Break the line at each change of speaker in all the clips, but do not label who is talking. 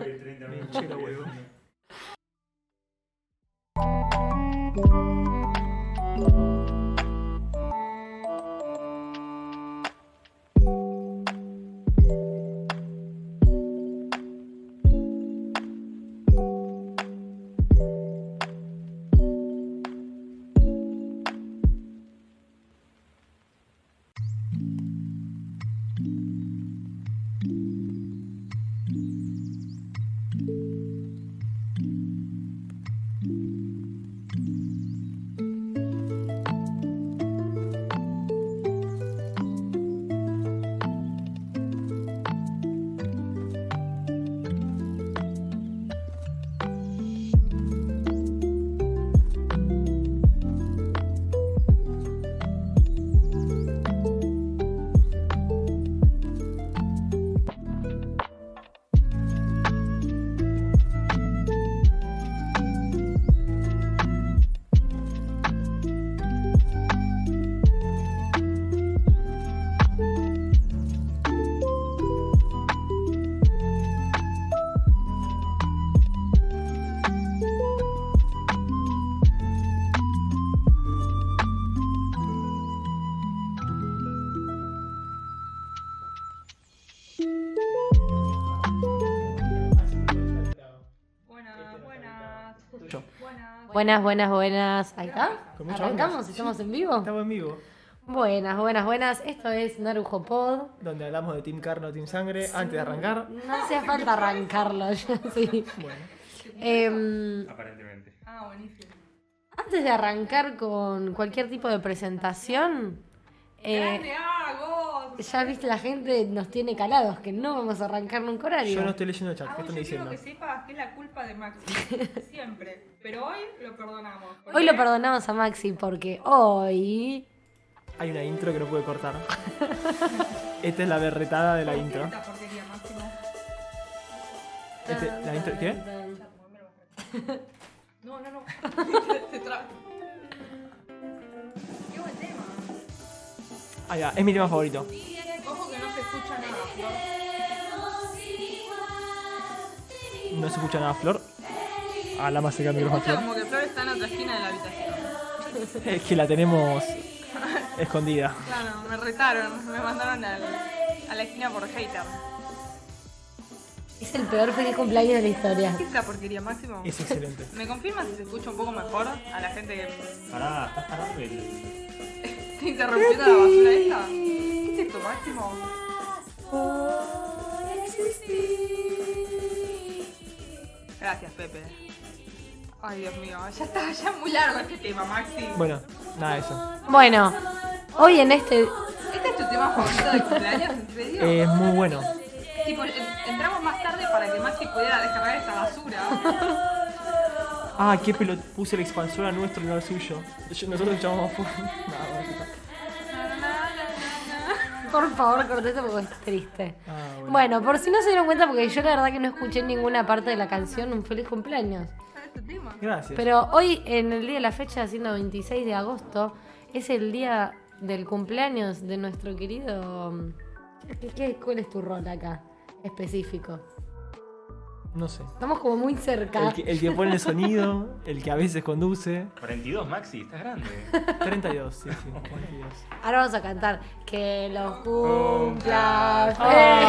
de la mochila, weón.
Buenas, buenas.
Tuyo.
Buenas,
Buenas, buenas, buenas. Ahí está.
Con mucho
Arrancamos,
ganas.
estamos en vivo.
Estamos en vivo,
Buenas, buenas, buenas. Esto es Narujo Pod.
donde hablamos de Team Carno, Team Sangre, antes de arrancar.
No hacía falta arrancarlo ya, sí.
Bueno,
Em,
Aparentemente.
Ah, buenísimo.
antes de arrancar con cualquier tipo de presentación, eh,
¡Grande Agos!
ya viste, la gente nos tiene calados que no vamos a arrancar nunca
yo no
horario.
estoy leyendo el chat, ¿qué
Agus,
están
Ah, yo quiero
diciendo?
que sepas que es la culpa de Maxi. Siempre. Pero hoy lo perdonamos. porque
Hoy lo perdonamos a Maxi porque hoy.
Hay una intro que no pude cortar. Esta es la berretada de la
¿por qué
intro.
esta porquería, Máximo?
Este- la intro ¿Qué?
No, no, no. Te tra- Qué buen tema.
Ah, ya, es mi tema favorito.
Ojo que no se escucha nada, Flor.
No se escucha nada, Flor. Ah, la más cerca del micrófono,
Escucha
Flor.
como que Flor está en otra esquina de la habitación.
Es que la tenemos escondida.
Claro, me retaron, me mandaron al, a la esquina por hater.
Es el peor feliz cumpleaños de la historia.
¿Qué es la porquería, Máximo?
Es excelente.
¿Me confirma si se escucha un poco mejor a la gente que
Pará, estás parando el.
está interrumpiendo la basura esta? ¿Qué es esto, Máximo? Gracias, Pepe. Ay, Dios mío, ya está, ya es muy largo este tema, Maxi.
Bueno, nada de eso.
Bueno, hoy en este.
¿Este es tu tema favorito de cumpleaños, en serio?
Eh, es muy bueno.
Tipo, en- entramos más tarde para que Maxi pudiera descargar esta basura.
Ah, qué pelot. Puse el expansor a nuestro y no al suyo. Yo- Nosotros echamos afuera. Nada, bueno, ya está.
Por favor, corté esto porque es triste.
Ah, bueno.
Bueno, por si no se dieron cuenta, porque yo la verdad que no escuché ninguna parte de la canción, un feliz cumpleaños.
¿Cuál es tu este tema?
Gracias.
Pero hoy, en el día de la fecha, siendo 26 de agosto, es el día del cumpleaños de nuestro querido... ¿Qué, qué- cuál es tu rol acá? Específico.
No sé.
Estamos como muy cerca.
El que, el que pone el sonido, el que a veces conduce.
42, Maxi, estás grande.
32, sí, sí. 32.
Ahora vamos a cantar. Que los cumpla
Oh.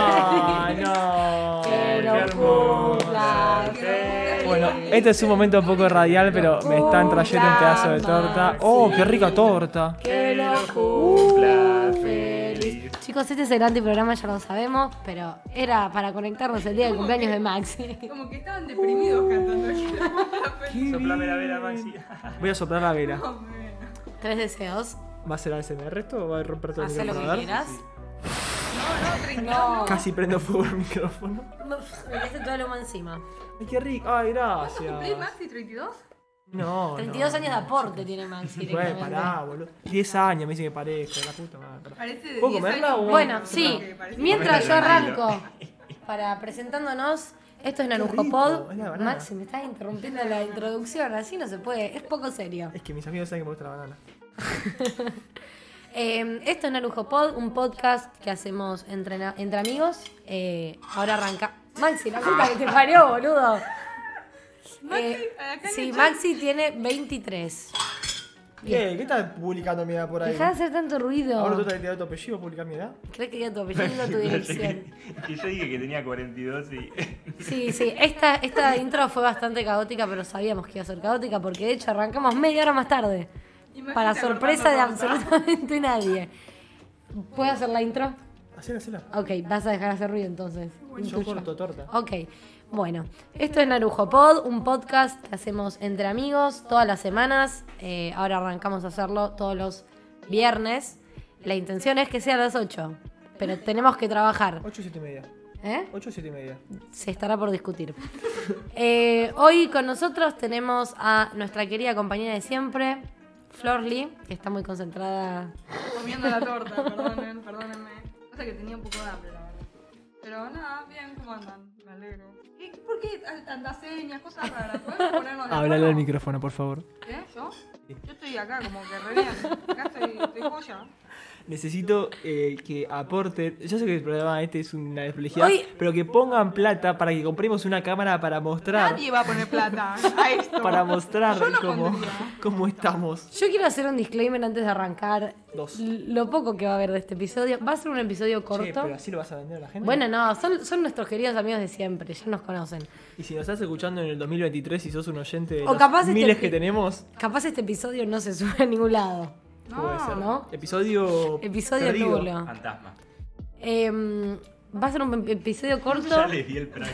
¡Ah, no!
Que
¡Qué
los
hermoso!
cumpla
Bueno, este es un momento un poco radial, pero me están trayendo un pedazo de torta. ¡Oh, qué rica torta!
Que los
cumpla
feliz. Chicos, este es el antiprograma, ya lo sabemos, pero era para conectarnos el día del cumpleaños de Maxi.
Como que estaban deprimidos cantando aquí.
Soplame la vela, Maxi.
Voy a soplar la vela.
Oh, man.
Tres deseos.
¿Va a ser ASMR esto o va a romper todo el
Hacé lo
micrófono?
que
A ver.
quieras.
No, no, tranquilo.
No.
Casi prendo fuego el micrófono.
Metiste todo el humo encima.
¡Ay, qué rico! ¡Ay,
¿Cuánto cumplís,
gracias!
Maxi? ¿32?
No,
32
no.
años de aporte tiene Maxi.
Güey,
directamente.
pará, boludo. 10 años me dice que parezco, la puta madre.
Parece de
¿Puedo
10
comerla
años.
o-
Bueno, sí.
Porque parece-
Mientras yo
Tranquilo.
arranco para presentándonos, esto es
rico,
Narujo Pod.
es la banana.
Maxi, me estás interrumpiendo la introducción, así no se puede, es poco serio.
Es que mis amigos saben que me gusta la banana.
Eh, esto es Narujo Pod, un podcast que hacemos entre, na- entre amigos. Eh, ahora arranca. Maxi, la puta que te parió, boludo.
Maxi,
Eh,
acá en
sí,
el
Maxi tiene 23.
Eh,
¿Qué? ¿Qué estás publicando mi edad por ahí?
Deja de hacer tanto
Ahora tú
ruido.
te has tirado tu apellido publicar mi edad.
Creo que ya tu apellido, tu dirección.
Que yo dije que tenía 42 y.
Sí, sí. Esta, esta intro fue bastante caótica, pero sabíamos que iba a ser caótica porque de hecho arrancamos media hora más tarde.
Y Maxi
Para
está
sorpresa de
cortando ronda.
absolutamente nadie. ¿Puedo hacer la intro?
Hacela, hacela.
Ok, vas a dejar de hacer ruido entonces.
Yo
Intuyo.
corto torta.
Ok, bueno, esto es Narujo Pod, un podcast que hacemos entre amigos todas las semanas. Eh, ahora arrancamos a hacerlo todos los viernes. La intención es que sea a las 8, pero tenemos que trabajar.
8 7 y media.
¿Eh?
8 7 y media.
se estará por discutir. Eh, hoy con nosotros tenemos a nuestra querida compañera de siempre, Florly, que está muy concentrada.
comiendo la torta, perdonen, perdónenme. Pasa que tenía un poco de hambre, la verdad. Pero nada, bien, ¿cómo andan? Me alegro. ¿Y ¿Por qué tantas señas, cosas raras? ¿Podemos ponernos de
Háblale al
acuerdo?
micrófono, por favor.
¿Eh? ¿Yo? Yo estoy acá como que re bien. Acá estoy, estoy joya.
Necesito eh, que aporten. Yo sé que el programa este es una desprolijidad,
Hoy-
pero que pongan plata para que compremos una cámara para mostrar.
Nadie va a poner plata a esto.
Para mostrar
Yo no
cómo,
pondría.
cómo estamos.
Yo quiero hacer un disclaimer antes de arrancar
Dos.
l- lo poco que va a haber de este episodio. Va a ser un episodio
Che,
corto.
pero así lo vas a vender a la gente.
Bueno, no, son, son nuestros queridos amigos de siempre, ya nos conocen.
Y si nos estás escuchando en el 2023 y sos un oyente de
O
los
capaz este
miles
pi-
que tenemos,
Capaz este episodio no se sube a ningún lado,
puede ser.
¿no?
Episodio.
Episodio
perdido.
nulo.
Fantasma.
Em, va a ser un ep- episodio corto.
Ya les di el plan.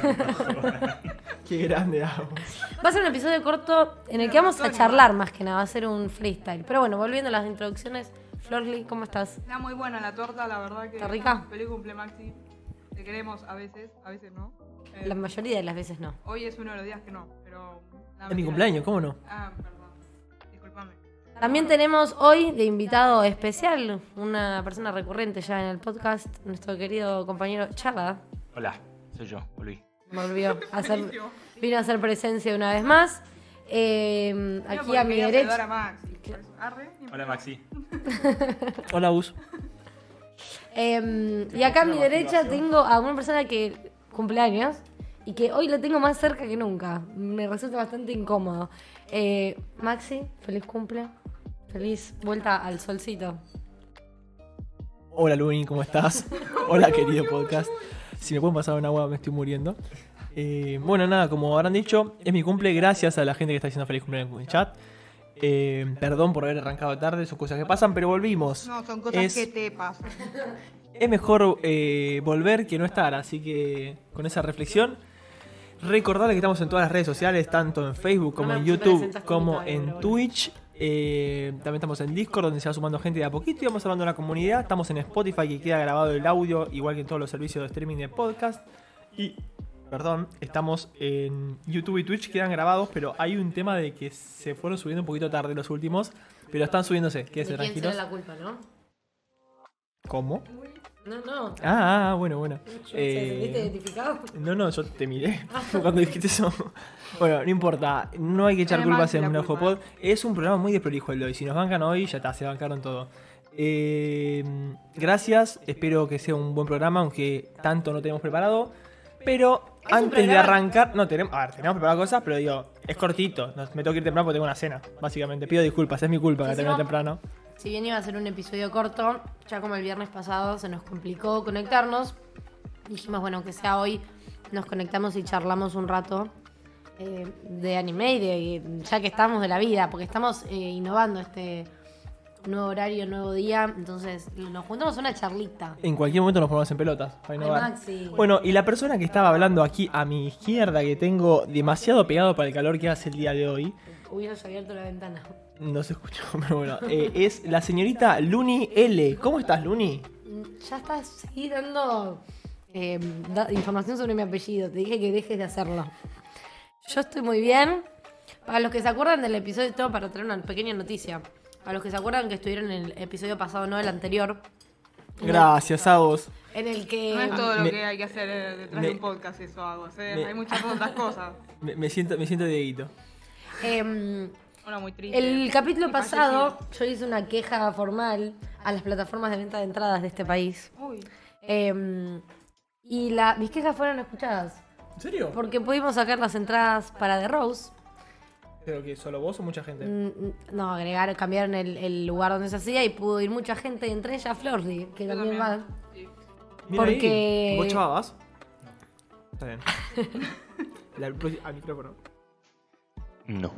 Qué grande, Agus.
Va a ser un episodio corto en el que vamos a charlar más que nada, va a ser un freestyle. Pero bueno, volviendo a las introducciones, Florly, ¿cómo estás?
Está muy buena la torta, la verdad que.
¿Está rica?
Feliz cumple Maxi. Te queremos a veces, a veces no. Eh,
La mayoría de las veces no.
hoy es uno de los días que no, pero. nada,
Es mi
mentira.
cumpleaños, ¿cómo no?
Ah, perdón. Disculpame.
También tenemos hoy de invitado especial una persona recurrente ya en el podcast, nuestro querido compañero Chava.
Hola, soy yo, Luis.
Volvió a hacer,
Buenísimo.
vino a hacer presencia una vez más. Eh,
Pero
aquí
porque
a mi
quería saludar
derecha.
a Maxi, por eso. Arre, ni
Hola, Maxi.
Hola, Agus.
Eh, y acá a mi derecha tengo a una persona que cumple años y que hoy la tengo más cerca que nunca. Me resulta bastante incómodo. Eh, Maxi, feliz cumple. Feliz vuelta al solcito.
Hola, Luni, ¿cómo estás? Hola, querido podcast. Si me pueden pasar un agua, me estoy muriendo. Eh, bueno, nada, como habrán dicho, es mi cumple. Gracias a la gente que está diciendo feliz cumple en el chat. Eh, perdón por haber arrancado tarde, son cosas que pasan, pero volvimos.
No, son cosas
Es-
que te pasan.
Es mejor eh, volver que no estar, así que con esa reflexión. Recordarles que estamos en todas las redes sociales, tanto en Facebook como
No me-
en
me
YouTube,
sentaste
como
un poquito,
en
pero bueno.
Twitch. Eh, también estamos en Discord, donde se va sumando gente de a poquito y vamos hablando de la comunidad. Estamos en Spotify, que queda grabado el audio, igual que en todos los servicios de streaming de podcast. Y, perdón, estamos en YouTube y Twitch, quedan grabados, pero hay un tema de que se fueron subiendo un poquito tarde los últimos, pero están subiéndose. Quédense tranquilos.
culpa, no?
¿Cómo?
No, no.
Ah, ah, bueno, bueno. Eh,
identificado?
no, no, yo te miré
Ah.
cuando dijiste eso. Bueno, no importa, no hay que echar
Tiene
culpas
Maxi
en
la
un ojo
culpa.
pod. Es un programa muy desprolijo el de hoy. Si nos bancan hoy, ya está, se bancaron todo. Eh, gracias, espero que sea un buen programa, aunque tanto no tenemos preparado. Pero antes de arrancar, no tenemos, a ver, tenemos preparadas cosas, pero digo, es cortito. Nos- me tengo que ir temprano porque tengo una cena, básicamente. Pido disculpas, es mi culpa que
Sí,
terminé
sí, no.
temprano.
Si bien iba a ser un episodio corto, ya como el viernes pasado se nos complicó conectarnos, dijimos, bueno, que sea hoy, nos conectamos y charlamos un rato eh, de anime y de, ya que estamos de la vida, porque estamos eh, innovando este nuevo horario, nuevo día, entonces nos juntamos a una charlita.
En cualquier momento nos ponemos en pelotas. para innovar.
Maxi.
Bueno, y la persona que estaba hablando aquí a mi izquierda, que tengo demasiado pegado para el calor que hace el día de hoy,
Hubieras abierto la ventana.
no se escuchó, pero bueno, eh, es la señorita Luni L. ¿Cómo estás, Luni?
Ya estás seguí dando eh, da- información sobre mi apellido. Te dije que dejes de hacerlo. Yo estoy muy bien. Para los que se acuerdan del episodio, tengo para traer una pequeña noticia. Para los que se acuerdan que estuvieron en el episodio pasado, no el anterior,
Gracias a vos.
en el que.
No es todo lo
me-
que hay que hacer eh, detrás
me-
de un podcast, eso hago. ¿eh?
me-
hay muchas otras cosas.
Me, me siento, me siento Dieguito.
em,
Una muy triste.
El capítulo
Y
pasado, yo hice una queja formal a las plataformas de venta de entradas de este país.
fallecida. Uy,
Em, y la, mis quejas fueron escuchadas.
¿En serio?
Porque pudimos sacar las entradas para The Rose.
¿Pero que solo vos o mucha gente?
Mm, No, agregaron, cambiaron el, el lugar donde se hacía y pudo ir mucha gente, y entre ellas Flordi, que
Yo
también va.
Sí.
Mira ahí.
porque-
¿Vos chavabas? Está bien. La-
pues,
al micrófono.
No.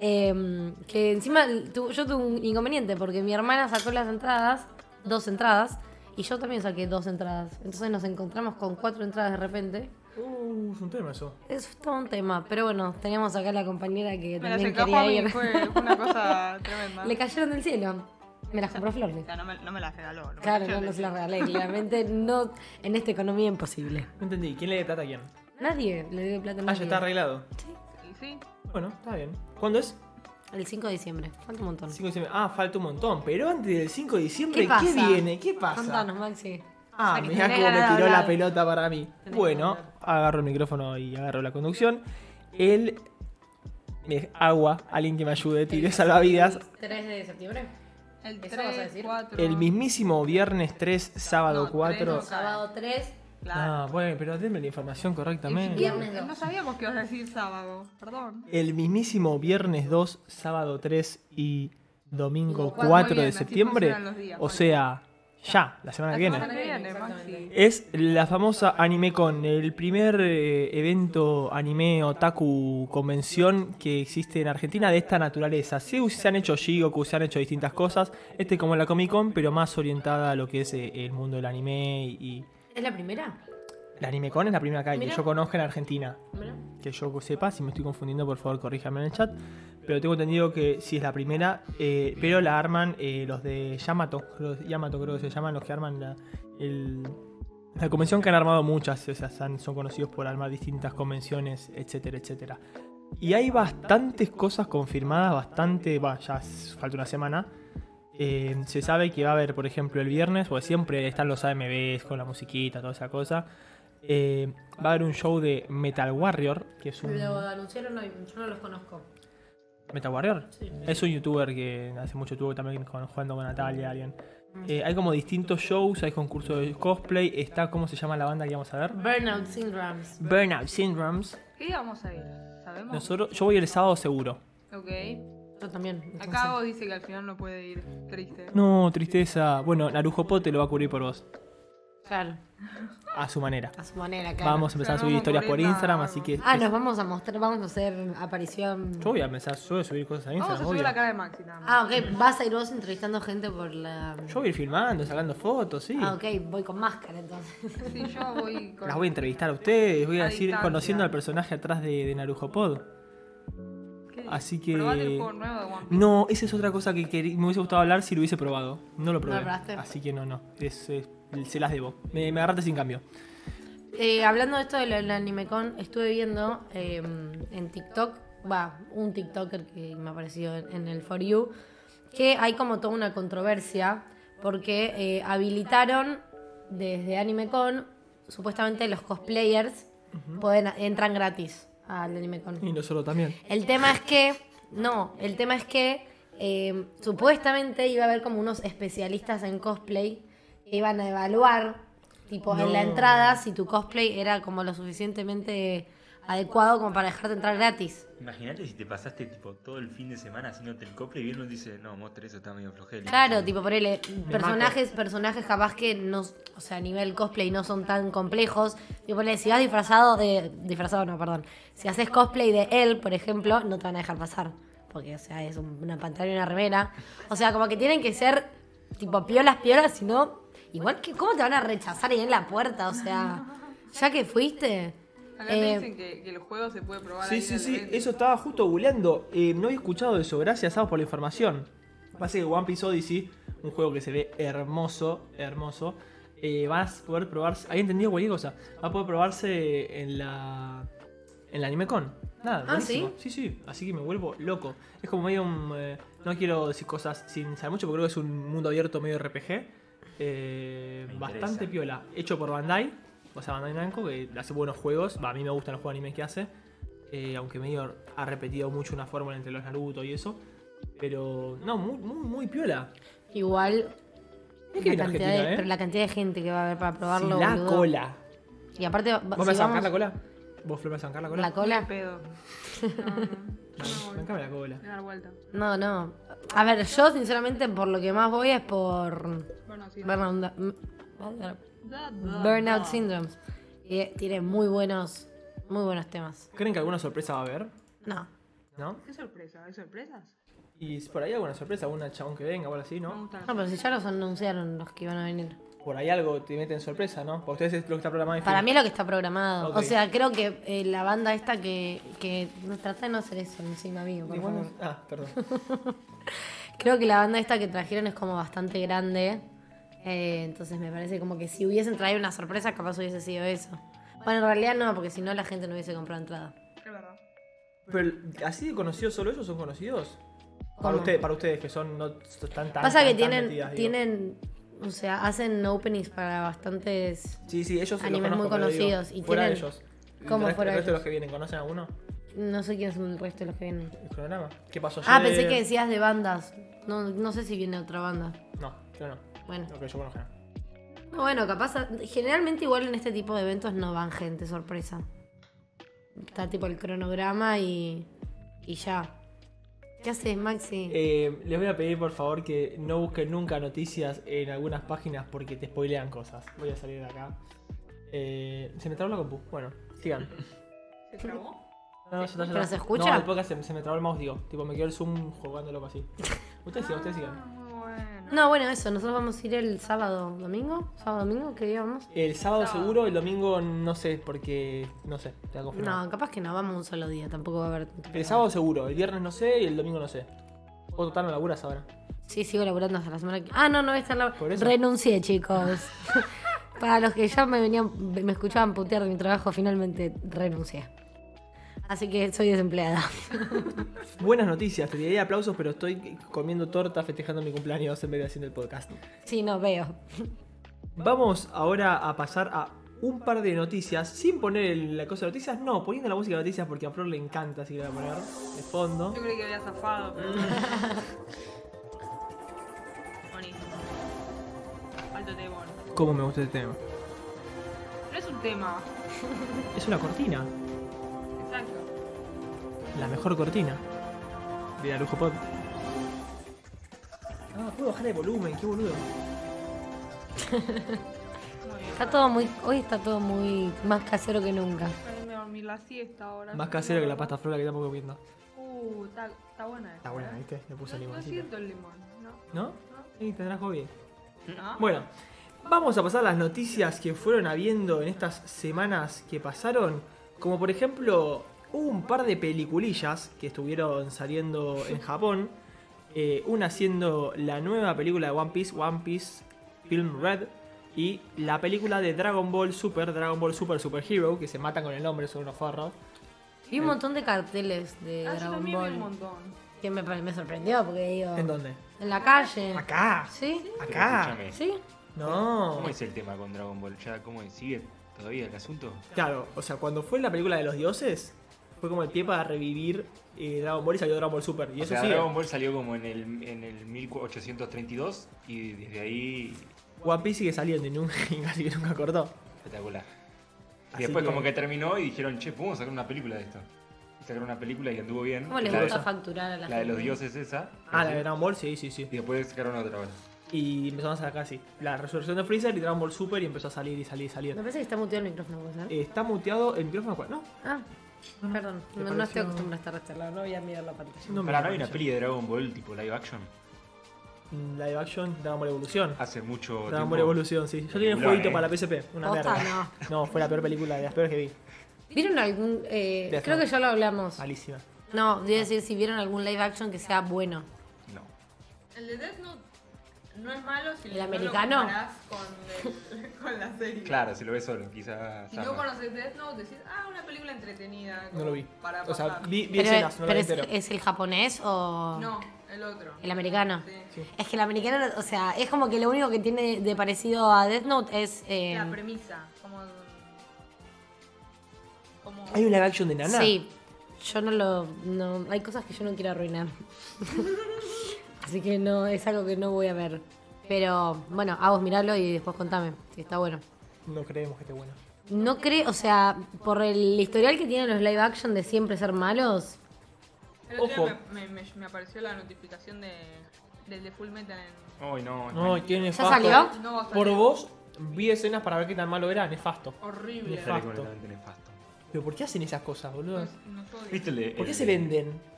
Em, que encima tu- yo tuve un inconveniente porque mi hermana sacó las entradas, dos entradas, y yo también saqué dos entradas. Entonces nos encontramos con cuatro entradas de repente.
Uh, es un tema eso.
Eso es todo un tema, pero bueno, teníamos acá la compañera que
Me las
también
encajó a
quería
mí,
ir.
fue fue una cosa tremenda.
Le cayeron del cielo. Me las compró Flordi.
O sea, no me, no me las regaló. no me
Claro,
las
no, no se las
regaló.
regalé. Claramente no, en esta economía imposible.
No entendí. ¿Quién le dé plata a quién?
Nadie le dio plata a
Ah, ya
nadie.
está arreglado.
Y Sí,
Bueno, está bien. ¿Cuándo es?
El 5 de diciembre. Falta un montón.
5 de diciembre. Ah, falta un montón. Pero antes del 5 de diciembre,
¿Qué
¿qué,
pasa?
viene? ¿Qué pasa?
Contanos, Maxi.
Ah,
Ya que
mirá
tenés
cómo me
ganas de
tiró la
hablar.
pelota para mí.
Tenés
Bueno,
que hablar.
agarro el micrófono y agarro la conducción. El me- agua, alguien que me ayude, tiré salvavidas.
3 de septiembre.
el
¿Eso vas a
3,
decir?
4.
El mismísimo viernes 3, sábado
No,
4.
tres,
Sábado 3.
Claro.
Ah, bueno, pero denme la información correctamente.
Viernes.
No, no sabíamos que ibas a decir sábado, perdón.
El mismísimo viernes 2, sábado 3 y domingo
Cuatro,
4
bien,
de
así
septiembre.
funcionan los días,
O sea, ya, la semana que
La
viene.
semana que viene, Maxi.
Es la famosa AnimeCon, el primer eh, evento anime otaku convención que existe en Argentina de esta naturaleza. Sí, se han hecho Shigoku, se han hecho distintas cosas. Este es como la Comic Con, pero más orientada a lo que es eh, el mundo del anime y...
¿Es la primera?
La AnimeCon es la primera calle
Mirá.
que yo conozco en Argentina.
Mirá.
Que yo sepa, si me estoy confundiendo, por favor, corríjame en el chat. Pero tengo entendido que sí es la primera, eh, pero la arman eh, los de Yamato, creo- Yamato creo que se llaman, los que arman la, el- la convención que han armado muchas, o sea, son, son conocidos por armar distintas convenciones, etcétera, etcétera. Y hay bastantes cosas confirmadas, bastante, va, ya s- falta una semana. Eh, se sabe que va a haber, por ejemplo, el viernes, porque siempre están los AMBs con la musiquita, toda esa cosa. Eh, va a haber un show de Metal Warrior, que es un...
Lo anunciaron hoy, yo no los conozco.
¿Metal Warrior?
Sí.
Es un youtuber que hace mucho tuvo también con, jugando con Natalia, alguien.
Mm.
Eh, hay como distintos shows, hay concursos de cosplay, está, ¿cómo se llama la banda que vamos a ver?
Burnout Syndromes.
Burnout Syndromes.
¿Qué íbamos a ir? ¿Sabemos?
Nosotros, yo voy el sábado seguro.
Ok.
Yo también. entonces.
Acabo dice que al final no puede ir. Triste.
No, tristeza. Bueno, Narujo Pote lo va a cubrir por vos,
Claro,
a su manera.
a su manera, claro.
Vamos a empezar a
Pero
subir
no
historias por
cubrí nada.
Instagram, así que...
Ah, nos vamos a mostrar, vamos a hacer aparición.
Yo voy a empezar yo voy a subir cosas a
Vamos a
Instagram,
subir la
obvio.
cara de Maxi nada más.
Ah, ok, vas a ir vos entrevistando gente por la.
Yo voy a ir filmando, sacando fotos, sí.
Ah, ok, voy con máscara entonces.
Sí, yo voy con.
Las voy a entrevistar a ustedes, voy a
A
decir,
distancia.
conociendo al personaje atrás de, de Narujo Pod.
¿Qué?
así que-
Probate el juego nuevo de One Piece.
No, esa es otra cosa que, querí- me hubiese gustado hablar si lo hubiese probado. No lo probé.
¿No lo probaste?
así que no, no. Es- es- se las debo. Me, me agarraste sin cambio.
Eh, hablando de esto del del AnimeCon, estuve viendo eh, en TikTok, va, un TikToker que me apareció en, en el For You, que hay como toda una controversia porque eh, habilitaron desde AnimeCon, supuestamente los cosplayers pueden, entran gratis al AnimeCon.
Y nosotros también.
El tema es que, no, el tema es que eh, supuestamente iba a haber como unos especialistas en cosplay que iban a evaluar, tipo en la
No.
entrada, si tu cosplay era como lo suficientemente adecuado como para dejarte entrar gratis.
Imagínate si te pasaste tipo todo el fin de semana haciéndote el cople y bien nos dice, no, mostre eso está medio flojel.
Claro, tipo ponele personajes, personajes capaz que no, o sea, a nivel cosplay no son tan complejos. Tipo ponele, si vas disfrazado de, disfrazado no, perdón, si haces cosplay de él, por ejemplo, no te van a dejar pasar, porque o sea es un- una pantalla y una remera. O sea, como que tienen que ser tipo piolas, piolas, si no, igual que cómo te van a rechazar ahí en la puerta, o sea, ya que fuiste.
Acá te
eh,
dicen que, que el juego se puede probar. ahí
Sí,
en
sí, sí.
el evento.
Eso estaba justo googleando. Eh, no había escuchado eso. Gracias, Sao, por la información. Pasa que One Piece Odyssey, un juego que se ve hermoso, hermoso. eh, vas a poder probarse. Había entendido cualquier cosa. Va a poder probarse en la. En la AnimeCon. Nada,
Ah,
buenísimo. Sí, sí. Así que me vuelvo loco. Es como medio un. eh, no quiero decir cosas sin saber mucho, porque creo que es un mundo abierto medio RPG. eh,
Me
bastante
interesa.
piola. Hecho por Bandai. O sea, Bandai Namco, que hace buenos juegos. Va, a mí me gustan los juegos de anime que hace. eh, aunque medio ha repetido mucho una fórmula entre los Naruto y eso. Pero, no, muy, muy, muy piola.
igual
Es que
la
viene
cantidad, de,
Argentina, ¿eh?
pero la cantidad de gente que va a haber para
Sí,
probarlo.
la
boludo.
cola.
Y aparte, va-
¿Vos
si
me vas a bancar
vamos-
la cola? ¿Vos, Flor, vas a bancar la cola?
¿La
Ni
Ah.
cola?
pedo. No, no. no.
Bancame la cola.
Voy a dar vuelta.
No, no. A ver, yo sinceramente por lo que más voy es por
Bueno, sí.
burnout,
Da, da,
burnout
da.
syndrome. Y eh, tiene muy buenos, muy buenos temas.
¿Creen que alguna sorpresa va a haber?
No.
¿No?
¿Qué sorpresa? ¿Hay sorpresas?
Y si por ahí alguna sorpresa, algún chabón que venga o algo así,
No me
¿no?
gustan las
No, pero si ya los anunciaron los que iban a venir.
Por ahí algo te meten sorpresa, ¿no? Para ustedes es lo que está programado. y
Para
fin.
mí es lo que está programado.
Ok.
O sea, creo que eh, la banda esta que, que no trata de no hacer eso encima mío, por
Igual
favor.
no- Ah, perdón.
Creo que la banda esta que trajeron es como bastante grande. eh, entonces me parece como que si hubiesen traído una sorpresa, capaz hubiese sido eso. Bueno, en realidad no, porque si no la gente no hubiese comprado entrada.
Es verdad.
Pero así de conocidos solo ellos son conocidos. Para,
¿Cómo?
usted, para ustedes que son no tan tan.
Pasa
tan-
que
tan
tienen,
metidas, digo.
tienen, o sea, hacen openings para bastantes...
Sí, sí, ellos los
animes muy
conozco, pero digo,
conocidos y
fuera
tienen-
de ellos. El
¿Cómo
resto-
fuera
el resto
de
de
ellos?
los que vienen, ¿conocen alguno?
No sé quiénes son el resto de los que vienen.
¿El cronograma? ¿Qué pasó
Ah,
ayer?
pensé que decías de bandas. No, no sé si viene otra banda.
No, yo no.
Bueno.
Lo que yo conozco. no.
No, Bueno, capaz. Generalmente, igual en este tipo de eventos no van gente sorpresa. Está tipo el cronograma y. y ya. ¿Qué haces, Maxi?
Eh, les voy a pedir por favor que no busquen nunca noticias en algunas páginas porque te spoilean cosas. Voy a salir de acá. Eh, se me trabó la compu. Bueno, sigan.
¿Se trabó?
No, ya está, ya está.
¿Pero se escucha?
No, el podcast se, se me trabó el mouse, digo. Tipo, me quedó el Zoom jugándolo así. Ustedes sigan, ustedes
Ah,
sigan.
muy bueno.
No, bueno, eso. Nosotros vamos a ir el sábado, domingo. ¿Sábado, domingo? ¿Qué día vamos?
El sábado
No.
seguro, el domingo no sé, porque no sé, te voy a confirmar.
No, capaz que no. Vamos un solo día. Tampoco va a haber. tanto
El
problema.
sábado seguro, el viernes no sé y el domingo no sé. O total no laburas ahora.
Sí, sigo laburando hasta la semana que. Ah, no, no voy a estar lab-
Por eso.
Renuncié, chicos. Para los que ya me venían, me escuchaban putear de mi trabajo, finalmente renuncié. Así que soy desempleada.
Buenas noticias, te diría aplausos, pero estoy comiendo torta festejando mi cumpleaños en vez de haciendo el podcast.
Sí, no veo.
Vamos ahora a pasar a un par de noticias, sin poner el- la cosa de noticias, no, poniendo la música de noticias porque a Flor le encanta, así que la voy a poner de fondo.
Yo creí que había zafado, pero. Buenísimo. Alto temor.
¿Cómo me gusta este tema?
No es un tema.
Es una cortina,
Exacto.
la mejor cortina de la Lujo Pod. Ah, puedo bajar el volumen, qué boludo.
Muy bien.
Está todo muy, hoy está todo muy más casero que nunca.
Ay, Me dormí la siesta ahora.
Más casero que la pasta flola que estamos comiendo.
Uh, está, está buena esta.
Está buena,
¿eh?
¿viste? Le puse
No- No
limoncito.
siento el limón, ¿no?
¿No? Sí, tendrás hobby.
¿No?
Bueno, vamos a pasar las noticias que fueron habiendo en estas semanas que pasaron. Como por ejemplo, hubo un par de peliculillas que estuvieron saliendo en Japón. Eh, una siendo la nueva película de One Piece, One Piece Film Red. Y la película de Dragon Ball Super, Dragon Ball Super Super Hero, que se matan con el nombre, son unos forros.
Vi un montón de carteles de
Ah, yo
Dragon
también vi un
Ball
montón.
que me, me sorprendió porque digo.
¿En dónde?
En la calle.
Acá.
¿Sí?
Acá.
escúchame.
¿Sí?
No.
¿Cómo es el tema con Dragon Ball? ¿Ya cómo es? sigue todavía el asunto?
Claro, o sea, cuando fue la película de los dioses, fue como el pie para revivir eh, Dragon Ball y salió Dragon Ball Super. Y
O
eso
sea,
sí, eh.
Dragon Ball salió como en el, en el 1832 y desde ahí
eh, One Piece sigue saliendo y nunca, y casi que nunca cortó.
espectacular. Y
Así
después
que-
como que terminó y dijeron, che, podemos sacar una película de esto. Y sacaron una película y anduvo bien.
¿Cómo les
la,
gusta
de,
facturar a la,
la de los
gente?
dioses esa.
Ah, la de Dragon Ball, sí, sí, sí.
Y después sacaron otra ahora.
Y empezaron a sacar así. La resurrección de Freezer y Dragon Ball Super y empezó a salir y salir y salir.
Me parece que está muteado el micrófono, ¿puede ser?
Eh, Está muteado el micrófono. ¿cuál? No,
Ah, perdón.
¿te
No, no
pareció?
estoy acostumbrada a estar charla, no voy a mirar la pantalla.
no me
Pará, ¿no hay
parece.
una peli de Dragon Ball tipo live action?
Mm, Live action, Dragon Ball Evolución.
Hace mucho
Dragon
tiempo.
Ball Evolución, sí. Yo tenía un
Peliculón,
jueguito
eh.
para la PSP, una
Posta,
verga. No, fue la peor película, de las peores que vi.
¿Vieron algún.? eh,
Death
creo
Note.
que ya lo hablamos.
Malísima. Ah.
No, debo decir si vieron algún live action que sea bueno.
No.
El de Death Note no es malo si
¿El
no
americano?
lo comparás con, el- con la serie.
Claro, si lo ves solo, quizás...
Si no conoces Death Note, decís, ah, una película entretenida.
No lo vi.
Para
O sea,
pasar".
vi, vi
Pero,
escenas, no la
pero
vi
es,
entero.
es el japonés o.?
No, el otro.
El americano.
Sí.
Es que el americano, o sea, es como que lo único que tiene de parecido a Death Note es. eh,
La premisa, como. como
¿Hay un live action de Nana?
sí, yo no lo. No, hay cosas que yo no quiero arruinar. Así que no, es algo que no voy a ver. Pero bueno, a vos miralo y después contame si está bueno.
No creemos que esté bueno.
No creo, o sea, por el historial que tienen los live action de siempre ser malos,
El
Ojo.
otro día me, me- me- me apareció la notificación de, del de Full Metal en.
Ay, no.
No, y qué nefasto.
salió?
No, salió
Por vos, vi escenas para ver qué tan malo era, nefasto.
Horrible.
Nefasto.
Sale completamente nefasto.
Pero ¿por qué hacen esas cosas, boludo?
Nos- nos odia.
¿Viste el de-
¿Por qué
el-
se venden?